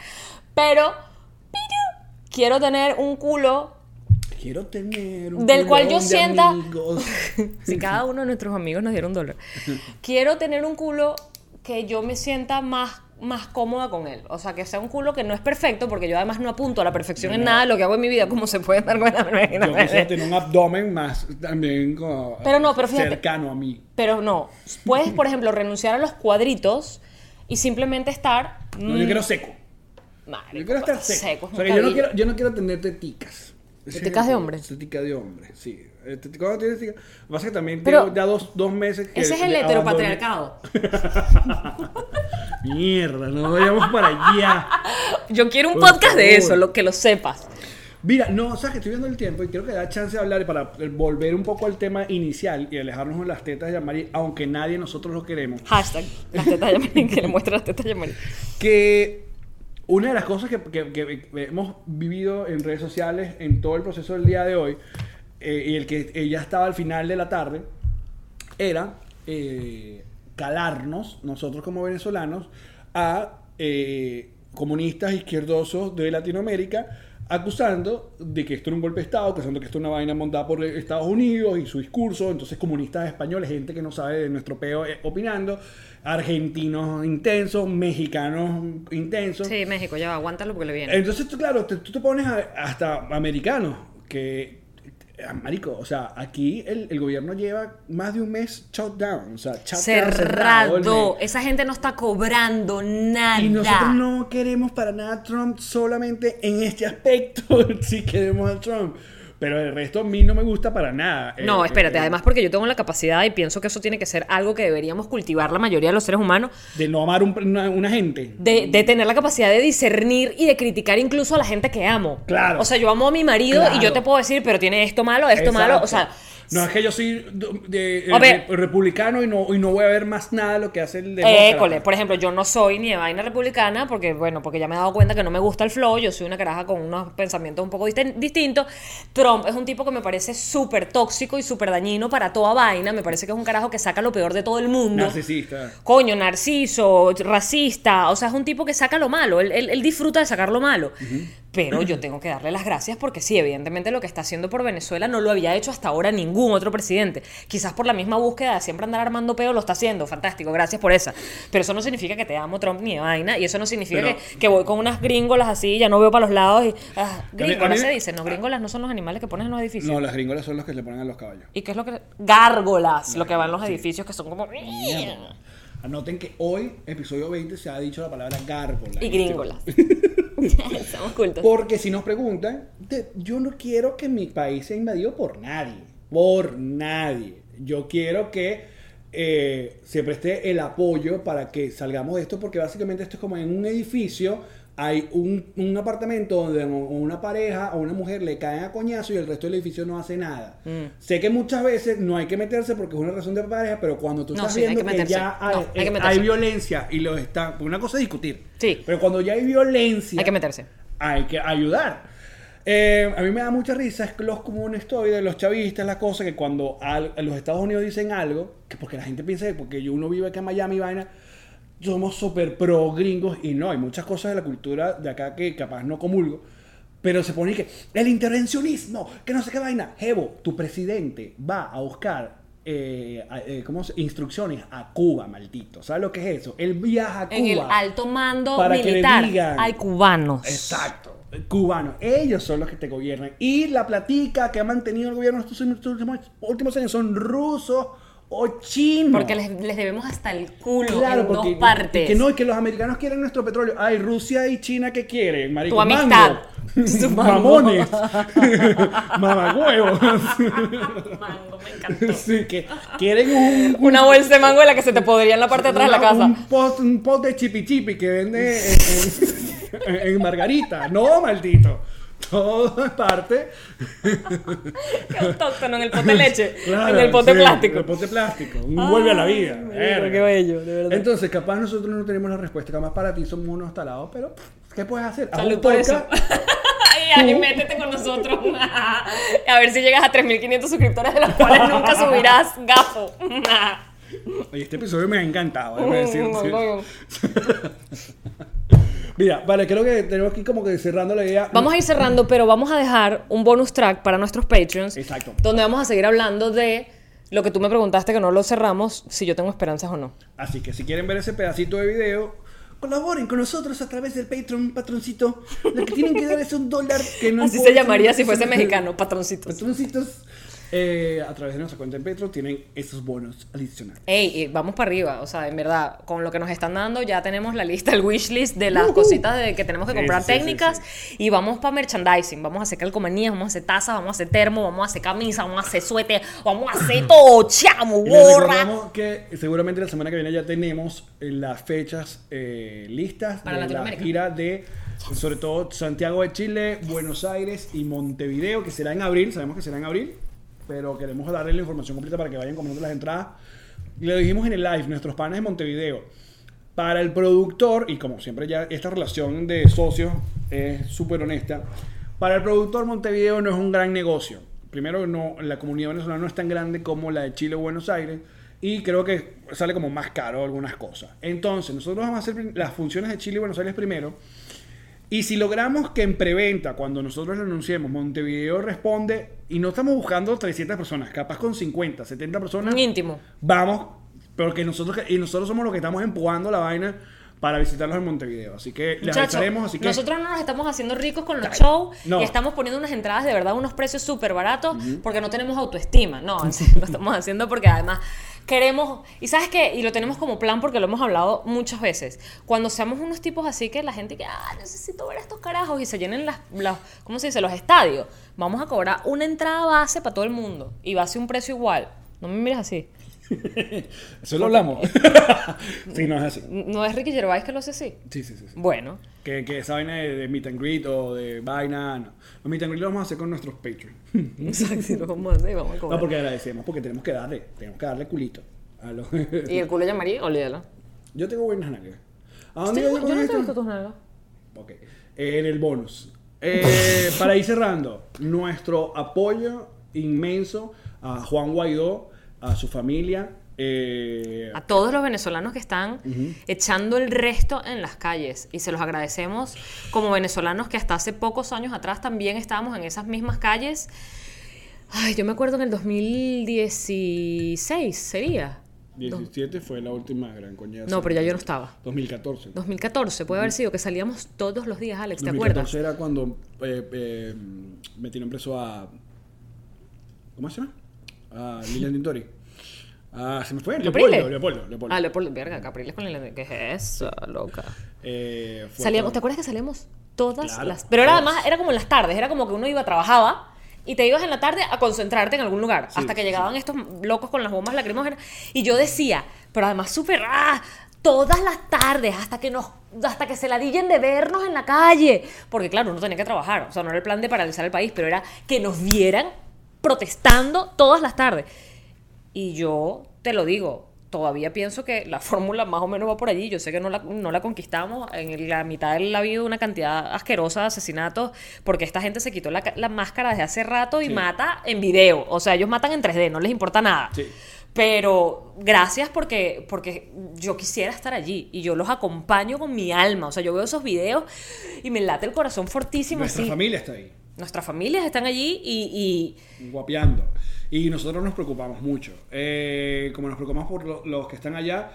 [SPEAKER 2] Pero, pero quiero tener un culo
[SPEAKER 1] Quiero tener un
[SPEAKER 2] Del cual
[SPEAKER 1] pulmón
[SPEAKER 2] yo
[SPEAKER 1] de
[SPEAKER 2] sienta-
[SPEAKER 1] amigos.
[SPEAKER 2] si cada uno de nuestros amigos nos diera un dólar. Quiero tener un culo que yo me sienta más, más cómoda con él. O sea, que sea un culo que no es perfecto, porque yo además no apunto a la perfección en nada de lo que hago en mi vida, como se pueden dar cuenta.
[SPEAKER 1] Yo quisiera tener un abdomen más también como
[SPEAKER 2] Pero no, pero fíjate.
[SPEAKER 1] cercano a mí.
[SPEAKER 2] Pero no, puedes, por ejemplo, renunciar a los cuadritos y simplemente estar...
[SPEAKER 1] No, yo quiero seco. Yo quiero estar seco.
[SPEAKER 2] Mm. es
[SPEAKER 1] O
[SPEAKER 2] un
[SPEAKER 1] sea, que yo, no
[SPEAKER 2] cabello.
[SPEAKER 1] quiero, yo no quiero tener teticas. Ese
[SPEAKER 2] ¿Teticas
[SPEAKER 1] es
[SPEAKER 2] de
[SPEAKER 1] el-
[SPEAKER 2] hombre?
[SPEAKER 1] Teticas de hombre, sí. Eh, tet- ¿Cuándo tienes teticas? Lo que pasa es que también
[SPEAKER 2] Pero-
[SPEAKER 1] tengo ya dos, dos meses que...
[SPEAKER 2] Ese es el
[SPEAKER 1] le abandoné.
[SPEAKER 2] heteropatriarcado.
[SPEAKER 1] Mierda, no vayamos para allá.
[SPEAKER 2] Yo quiero un
[SPEAKER 1] Por
[SPEAKER 2] podcast de
[SPEAKER 1] favor.
[SPEAKER 2] eso, lo que lo sepas.
[SPEAKER 1] Mira, no, sabes que estoy viendo el tiempo y creo que da chance de hablar para eh, volver un poco al tema inicial y alejarnos de las tetas de Yamari, aunque nadie nosotros lo queremos.
[SPEAKER 2] Hashtag, las tetas de Yamari, que le muestra las tetas de Yamari.
[SPEAKER 1] que una de las cosas que, que- que hemos vivido en redes sociales en todo el proceso del día de hoy, eh, y el que eh, ya estaba al final de la tarde, era eh, calarnos, nosotros como venezolanos, a eh, comunistas izquierdosos de Latinoamérica, acusando de que esto era un golpe de Estado, acusando que esto era una vaina montada por Estados Unidos y su discurso, entonces comunistas españoles, gente que no sabe de nuestro peo eh, opinando, argentinos intensos, mexicanos intensos.
[SPEAKER 2] Sí, México, ya va, aguántalo porque le viene.
[SPEAKER 1] Entonces tú, claro, te- tú te pones a- hasta americanos, que, ah, marico, o sea, aquí el, el gobierno lleva más de un mes shutdown, o sea, shutdown, cerrado el
[SPEAKER 2] Cerrado.
[SPEAKER 1] mes.
[SPEAKER 2] Esa gente no está cobrando nada.
[SPEAKER 1] Y nosotros no queremos para nada a Trump solamente en este aspecto, si queremos a Trump. Pero el resto a mí no me gusta para nada. Eh,
[SPEAKER 2] No, espérate,
[SPEAKER 1] eh,
[SPEAKER 2] además porque yo tengo la capacidad y pienso que eso tiene que ser algo que deberíamos cultivar la mayoría de los seres humanos,
[SPEAKER 1] De no amar un- una, una gente.
[SPEAKER 2] de, de tener la capacidad de discernir y de criticar incluso a la gente que amo.
[SPEAKER 1] Claro.
[SPEAKER 2] O sea, yo amo a mi marido y yo
[SPEAKER 1] Claro.
[SPEAKER 2] te puedo decir, pero tiene esto malo, esto malo, o sea...
[SPEAKER 1] Exacto. No, es que yo soy de, de-
[SPEAKER 2] A ver.
[SPEAKER 1] re- republicano y no, y no voy a ver más nada de lo que hace el demócrata.
[SPEAKER 2] École, por ejemplo, yo no soy ni de vaina republicana porque, bueno, porque ya me he dado cuenta que no me gusta el flow, yo soy una caraja con unos pensamientos un poco disten- distintos. Trump es un tipo que me parece súper tóxico y súper dañino para toda vaina, me parece que es un carajo que saca lo peor de todo el mundo.
[SPEAKER 1] Narcisista.
[SPEAKER 2] Coño, narciso, racista, o sea, es un tipo que saca lo malo, él, él- él disfruta de sacar lo malo. Pero yo tengo que darle las gracias porque sí, evidentemente lo que está haciendo por Venezuela no lo había hecho hasta ahora ningún otro presidente. Quizás por la misma búsqueda de siempre andar armando peo lo está haciendo. Fantástico, gracias por esa. Pero eso no significa que te amo Trump ni de vaina. Y eso no significa
[SPEAKER 1] Pero-
[SPEAKER 2] que, que voy con unas gringolas así y ya no veo para los lados. Y, ah, gringolas
[SPEAKER 1] a mí-
[SPEAKER 2] se dicen. No, gringolas no son los animales que pones en los edificios.
[SPEAKER 1] No, las gringolas son los que le ponen a los caballos.
[SPEAKER 2] ¿Y qué es lo que.? Gárgolas, lo que van los edificios que son como.
[SPEAKER 1] Mierda. Anoten que hoy, episodio 20, se ha dicho la palabra gárgola.
[SPEAKER 2] Y gringolas. Estamos cultos.
[SPEAKER 1] Porque si nos preguntan, de- yo no quiero que mi país sea invadido por nadie. Por nadie. Yo quiero que eh, se preste el apoyo para que salgamos de esto, porque básicamente esto es como en un edificio. Hay un, un apartamento donde a una pareja o una mujer le caen a coñazo y el resto del edificio no hace nada.
[SPEAKER 2] Mm.
[SPEAKER 1] Sé que muchas veces no hay que meterse porque es una razón de pareja, pero cuando tú
[SPEAKER 2] No,
[SPEAKER 1] estás
[SPEAKER 2] sí, hay
[SPEAKER 1] viendo
[SPEAKER 2] que
[SPEAKER 1] que,
[SPEAKER 2] meterse.
[SPEAKER 1] ya hay,
[SPEAKER 2] No, hay que
[SPEAKER 1] eh,
[SPEAKER 2] meterse.
[SPEAKER 1] violencia y lo está, una cosa es discutir,
[SPEAKER 2] Sí.
[SPEAKER 1] pero cuando ya hay violencia,
[SPEAKER 2] Hay que meterse.
[SPEAKER 1] hay que ayudar. Eh, a mí me da mucha risa es que los comunestoides, los chavistas, la cosa que cuando al- los Estados Unidos dicen algo, que porque la gente piensa que porque yo uno vive acá en Miami, vaina, somos súper pro gringos y no, hay muchas cosas de la cultura de acá que capaz no comulgo. Pero se pone que el intervencionismo, que no sé qué vaina. Jebo, tu presidente va a buscar eh, a- eh, ¿cómo se- instrucciones a Cuba, maldito. ¿Sabes lo que es eso? Él viaja a Cuba.
[SPEAKER 2] En el alto mando
[SPEAKER 1] para que le
[SPEAKER 2] militar
[SPEAKER 1] digan.
[SPEAKER 2] hay cubanos.
[SPEAKER 1] Exacto. Cubanos. Ellos son los que te gobiernan. Y la platica que ha mantenido el gobierno estos últimos- últimos, últimos años son rusos o chinos.
[SPEAKER 2] Porque les, les debemos hasta el culo
[SPEAKER 1] Claro,
[SPEAKER 2] en
[SPEAKER 1] porque
[SPEAKER 2] dos partes.
[SPEAKER 1] y que no, y que los americanos quieren nuestro petróleo. Ay, Rusia y China que quieren, marico.
[SPEAKER 2] Tu amistad. Tu
[SPEAKER 1] Mango.
[SPEAKER 2] mango.
[SPEAKER 1] Mamones. Mamagüevos.
[SPEAKER 2] Mango, me encantó.
[SPEAKER 1] sí, que quieren un,
[SPEAKER 2] Una bolsa de mango de la que se te podría en la parte de atrás de la
[SPEAKER 1] Una-
[SPEAKER 2] casa.
[SPEAKER 1] Un pot, un pot de chipi chipi que vende en, en- en Margarita. No, maldito. Todo es parte.
[SPEAKER 2] Qué autóctono, en el pote de leche.
[SPEAKER 1] Claro,
[SPEAKER 2] en el pote
[SPEAKER 1] sí,
[SPEAKER 2] plástico.
[SPEAKER 1] En el pote plástico. Un vuelve a la vida.
[SPEAKER 2] Ay,
[SPEAKER 1] verga.
[SPEAKER 2] qué bello, de verdad.
[SPEAKER 1] Entonces, capaz nosotros no tenemos la respuesta. Capaz para ti somos unos talados, pero pff, ¿qué puedes hacer? Haz
[SPEAKER 2] Salud
[SPEAKER 1] un
[SPEAKER 2] por eso.
[SPEAKER 1] podcast.
[SPEAKER 2] Ay, ay, métete con nosotros. a ver si llegas a 3.500 suscriptores de los cuales nunca subirás gafo.
[SPEAKER 1] Oye, este episodio me ha encantado, déjame decir.
[SPEAKER 2] Mm,
[SPEAKER 1] sí.
[SPEAKER 2] coño.
[SPEAKER 1] Mira, vale, creo que tenemos aquí como que cerrando la idea.
[SPEAKER 2] Vamos a ir cerrando, pero vamos a dejar un bonus track para nuestros Patreons.
[SPEAKER 1] Exacto.
[SPEAKER 2] Donde vamos a seguir hablando de lo que tú me preguntaste que no lo cerramos, si yo tengo esperanzas o no.
[SPEAKER 1] Así que si quieren ver ese pedacito de video, colaboren con nosotros a través del Patreon, patroncito. Lo que tienen que dar es un dólar que no
[SPEAKER 2] Así se
[SPEAKER 1] puede-
[SPEAKER 2] llamaría si fuese mexicano, patroncitos.
[SPEAKER 1] Patroncitos. eh, a través de nuestra cuenta en Patreon tienen esos bonos adicionales.
[SPEAKER 2] Ey, y vamos para arriba, o sea, en verdad, con lo que nos están dando ya tenemos la lista, el wish list de las
[SPEAKER 1] Ujú.
[SPEAKER 2] cositas de que tenemos que
[SPEAKER 1] Sí,
[SPEAKER 2] comprar
[SPEAKER 1] sí, sí,
[SPEAKER 2] técnicas
[SPEAKER 1] sí,
[SPEAKER 2] y vamos para merchandising, vamos a hacer calcomanías, vamos a hacer tazas, vamos a hacer termo, vamos a hacer camisa, vamos a hacer suéter, vamos a hacer todo, chamo,
[SPEAKER 1] Y les
[SPEAKER 2] gorra.
[SPEAKER 1] recordamos que seguramente la semana que viene ya tenemos eh, las fechas eh, listas
[SPEAKER 2] Para
[SPEAKER 1] de la
[SPEAKER 2] Latinoamérica.
[SPEAKER 1] gira de sobre todo Santiago de Chile, Buenos Aires y Montevideo, que será en abril, sabemos que será en abril, pero queremos darle la información completa para que vayan comprando las entradas. Lo dijimos en el live, nuestros panes de Montevideo. Para el productor, y como siempre ya esta relación de socios es súper honesta, para el productor Montevideo no es un gran negocio. Primero, no, la comunidad venezolana no es tan grande como la de Chile o Buenos Aires y creo que sale como más caro algunas cosas. Entonces, nosotros vamos a hacer las funciones de Chile y Buenos Aires primero. Y si logramos que en preventa, cuando nosotros lo anunciemos, Montevideo responde, y no estamos buscando 300 personas, capaz con 50, 70 personas,
[SPEAKER 2] Un íntimo.
[SPEAKER 1] vamos, porque nosotros y nosotros somos los que estamos empujando la vaina para visitarlos en Montevideo. Así que les
[SPEAKER 2] Muchachos,
[SPEAKER 1] avisaremos, así que
[SPEAKER 2] nosotros no nos estamos haciendo ricos con los
[SPEAKER 1] Cállate.
[SPEAKER 2] shows
[SPEAKER 1] No.
[SPEAKER 2] y estamos poniendo unas entradas de verdad a unos precios súper baratos porque no tenemos autoestima. No, en serio, lo estamos haciendo porque además queremos. Y sabes qué? Y lo tenemos como plan porque lo hemos hablado muchas veces. Cuando seamos unos tipos así que la gente que, ah, necesito ver a estos carajos y se llenen las, las- ¿cómo se dice? Los estadios. Vamos a cobrar una entrada base para todo el mundo y va a ser un precio igual. No me mires así.
[SPEAKER 1] eso lo hablamos. sí, no es así.
[SPEAKER 2] No es Ricky Gervais que lo hace así.
[SPEAKER 1] Sí, sí, sí. sí.
[SPEAKER 2] Bueno,
[SPEAKER 1] Que, que esa vaina de, de meet and greet o de vaina, no. Los meet and greet los vamos a hacer con nuestros Patreon.
[SPEAKER 2] exacto. y lo vamos a hacer y vamos a
[SPEAKER 1] No,
[SPEAKER 2] cobrar.
[SPEAKER 1] porque agradecemos, porque tenemos que darle, tenemos que darle culito. A los...
[SPEAKER 2] Y el culo llamaría, olvídalo.
[SPEAKER 1] yo tengo buenas nalgas. ¿A
[SPEAKER 2] Sí,
[SPEAKER 1] dónde
[SPEAKER 2] yo
[SPEAKER 1] yo
[SPEAKER 2] no
[SPEAKER 1] con
[SPEAKER 2] te he
[SPEAKER 1] esto?
[SPEAKER 2] visto tus nalgas.
[SPEAKER 1] Ok. En el bonus. Eh, para ir cerrando, nuestro apoyo inmenso a Juan Guaidó, a su familia, eh,
[SPEAKER 2] a todos los venezolanos que están echando el resto en las calles y se los agradecemos como venezolanos que hasta hace pocos años atrás también estábamos en esas mismas calles. Ay, yo me acuerdo en el 2016 sería.
[SPEAKER 1] 17 fue la última gran coñaza.
[SPEAKER 2] No, pero ya yo no estaba.
[SPEAKER 1] 2014.
[SPEAKER 2] 2014 puede haber sido que salíamos todos los días, Alex, ¿te
[SPEAKER 1] 2014
[SPEAKER 2] acuerdas?
[SPEAKER 1] era cuando eh, eh, metieron preso a. ¿Cómo se llama? A Lilian Tintori. Ah, se me fue. Leopoldo.
[SPEAKER 2] ¿Capriles?
[SPEAKER 1] Leopoldo. Leopoldo.
[SPEAKER 2] Ah, Leopoldo, verga, Capriles con el... ¿Qué es eso, loca?
[SPEAKER 1] Eh, fue
[SPEAKER 2] Salíamos, ¿te
[SPEAKER 1] cuando-
[SPEAKER 2] acuerdas que salíamos todas
[SPEAKER 1] Claro,
[SPEAKER 2] las... Pero era
[SPEAKER 1] todas.
[SPEAKER 2] además, era como en las tardes, era como que uno iba, trabajaba y te ibas en la tarde a concentrarte en algún lugar,
[SPEAKER 1] Sí,
[SPEAKER 2] hasta que
[SPEAKER 1] sí,
[SPEAKER 2] llegaban estos locos con las bombas lacrimógenas y yo decía, pero además súper, ah, todas las tardes, hasta que nos hasta que se la dillen de vernos en la calle, porque claro, uno tenía que trabajar, o sea, no era el plan de paralizar el país, pero era que nos vieran protestando todas las tardes. Y yo te lo digo, todavía pienso que la fórmula más o menos va por allí. Yo sé que no la, no la conquistamos. En la mitad de la vida una cantidad asquerosa de asesinatos porque esta gente se quitó la, ca- la máscara desde hace rato y
[SPEAKER 1] Sí.
[SPEAKER 2] mata en video. O sea, ellos matan en 3D, no les importa nada.
[SPEAKER 1] Sí.
[SPEAKER 2] Pero gracias porque, porque yo quisiera estar allí y yo los acompaño con mi alma. O sea, yo veo esos videos y me late el corazón fortísimo.
[SPEAKER 1] Nuestra
[SPEAKER 2] así.
[SPEAKER 1] familia está ahí,
[SPEAKER 2] Nuestras familias están allí y, y
[SPEAKER 1] guapeando. Y nosotros nos preocupamos mucho. Eh, como nos preocupamos por lo- los que están allá,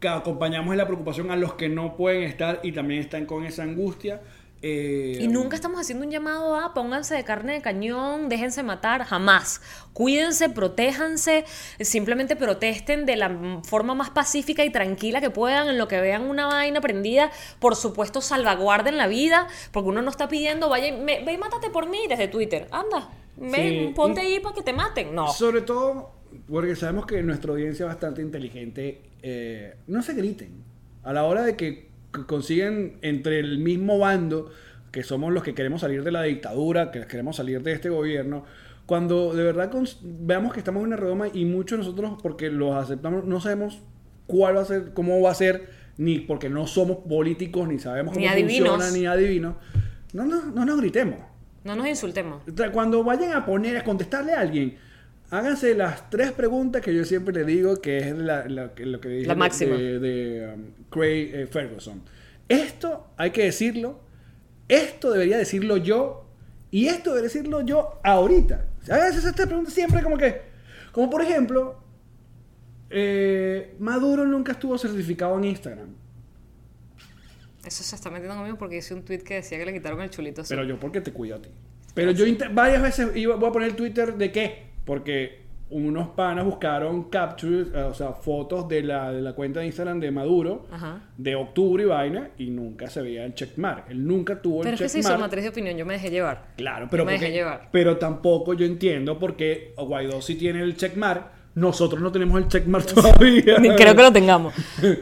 [SPEAKER 1] que acompañamos en la preocupación a los que no pueden estar y también están con esa angustia. Eh,
[SPEAKER 2] Y nunca estamos haciendo un llamado a pónganse de carne de cañón, déjense matar, jamás. Cuídense, protéjanse, simplemente protesten de la m- forma más pacífica y tranquila que puedan en lo que vean una vaina prendida. Por supuesto, salvaguarden la vida, porque uno no está pidiendo, vaya, y me- ve y mátate por mí desde Twitter. Anda, ve,
[SPEAKER 1] Sí,
[SPEAKER 2] ponte
[SPEAKER 1] y-
[SPEAKER 2] ahí para que te maten. No.
[SPEAKER 1] Sobre todo porque sabemos que nuestra audiencia es bastante inteligente. eh, no se griten. A la hora de que c- consiguen entre el mismo bando, que somos los que queremos salir de la dictadura, que queremos salir de este gobierno, cuando de verdad cons- veamos que estamos en una redoma y muchos de nosotros, porque los aceptamos, no sabemos cuál va a ser, cómo va a ser, ni porque no somos políticos, ni sabemos
[SPEAKER 2] Ni
[SPEAKER 1] cómo
[SPEAKER 2] adivinos.
[SPEAKER 1] funciona, ni adivinos. No, no, no nos gritemos.
[SPEAKER 2] No nos insultemos.
[SPEAKER 1] O sea, Cuando vayan a poner, a contestarle a alguien, háganse las tres preguntas que yo siempre le digo, que es la, la- que- lo que dije
[SPEAKER 2] La
[SPEAKER 1] de-
[SPEAKER 2] máxima.
[SPEAKER 1] de, de, um, Craig eh, Ferguson. Esto hay que decirlo, esto debería decirlo yo, y esto debería decirlo yo ahorita. O sea, Háganse esas tres preguntas siempre como que, como por ejemplo, eh, Maduro nunca estuvo certificado en Instagram.
[SPEAKER 2] Eso se está metiendo conmigo porque hice un tweet que decía que le quitaron el chulito. azul.
[SPEAKER 1] Pero yo porque te cuido a ti. Pero yo inte- varias veces iba, voy a poner Twitter de qué. Porque unos panas buscaron captures, eh, o sea, fotos de la, de la cuenta de Instagram de Maduro
[SPEAKER 2] Ajá.
[SPEAKER 1] de octubre y vaina y nunca se veía el checkmark. Él nunca tuvo
[SPEAKER 2] Pero
[SPEAKER 1] el
[SPEAKER 2] es que se
[SPEAKER 1] checkmark.
[SPEAKER 2] hizo matriz de opinión, yo me dejé llevar.
[SPEAKER 1] Claro, pero,
[SPEAKER 2] Me dejé
[SPEAKER 1] porque-
[SPEAKER 2] llevar.
[SPEAKER 1] pero tampoco yo entiendo por qué Guaidó sí tiene el checkmark. Nosotros no tenemos el checkmark todavía.
[SPEAKER 2] Ni creo que lo tengamos.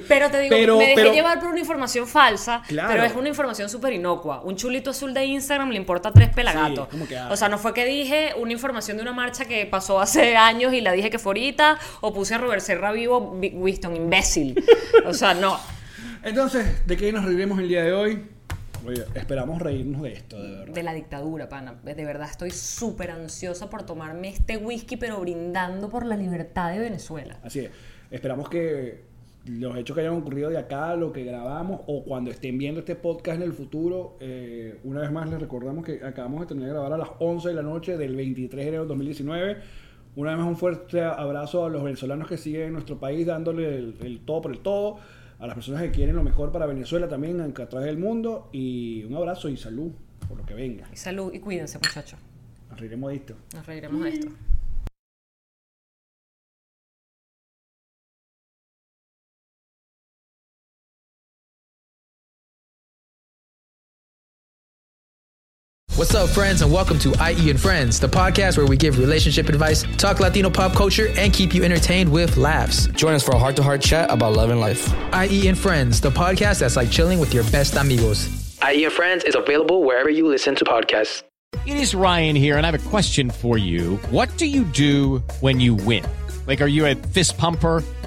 [SPEAKER 2] Pero te digo,
[SPEAKER 1] Pero-
[SPEAKER 2] me dejé
[SPEAKER 1] pero-
[SPEAKER 2] llevar por una información falsa,
[SPEAKER 1] Claro.
[SPEAKER 2] pero es una información súper inocua. Un chulito azul de Instagram le importa tres pelagatos.
[SPEAKER 1] Sí, como que, ah.
[SPEAKER 2] o sea, no fue que dije una información de una marcha que pasó hace años y la dije que fue ahorita, o puse a Robert Serra vivo, Vi- Winston, imbécil. O sea, no.
[SPEAKER 1] Entonces, ¿de qué nos reiremos el día de hoy? Oye, esperamos reírnos de esto, de verdad.
[SPEAKER 2] De la dictadura, pana. De verdad estoy súper ansiosa por tomarme este whisky, pero brindando por la libertad de Venezuela.
[SPEAKER 1] Así es. Esperamos que los hechos que hayan ocurrido de acá, lo que grabamos o cuando estén viendo este podcast en el futuro, eh, una vez más les recordamos que acabamos de terminar de grabar a las 11 de la noche del 23 de enero de 2019. Una vez más un fuerte abrazo a los venezolanos que siguen en nuestro país dándole el, el todo por el todo, a las personas que quieren lo mejor para Venezuela también aunque a través del mundo y un abrazo y salud por lo que venga.
[SPEAKER 2] Y salud, y cuídense, muchachos.
[SPEAKER 1] Nos reiremos de esto.
[SPEAKER 2] Nos reiremos de esto.
[SPEAKER 3] What's up, friends, and welcome to IE and Friends, the podcast where we give relationship advice, talk Latino pop culture, and keep you entertained with laughs.
[SPEAKER 4] Join us for a heart to heart chat about love and life.
[SPEAKER 3] IE and Friends, the podcast that's like chilling with your best amigos.
[SPEAKER 4] IE E and Friends is available wherever you listen to podcasts.
[SPEAKER 5] It is Ryan here, and I have a question for you. What do you do when you win? Like, are you a fist pumper,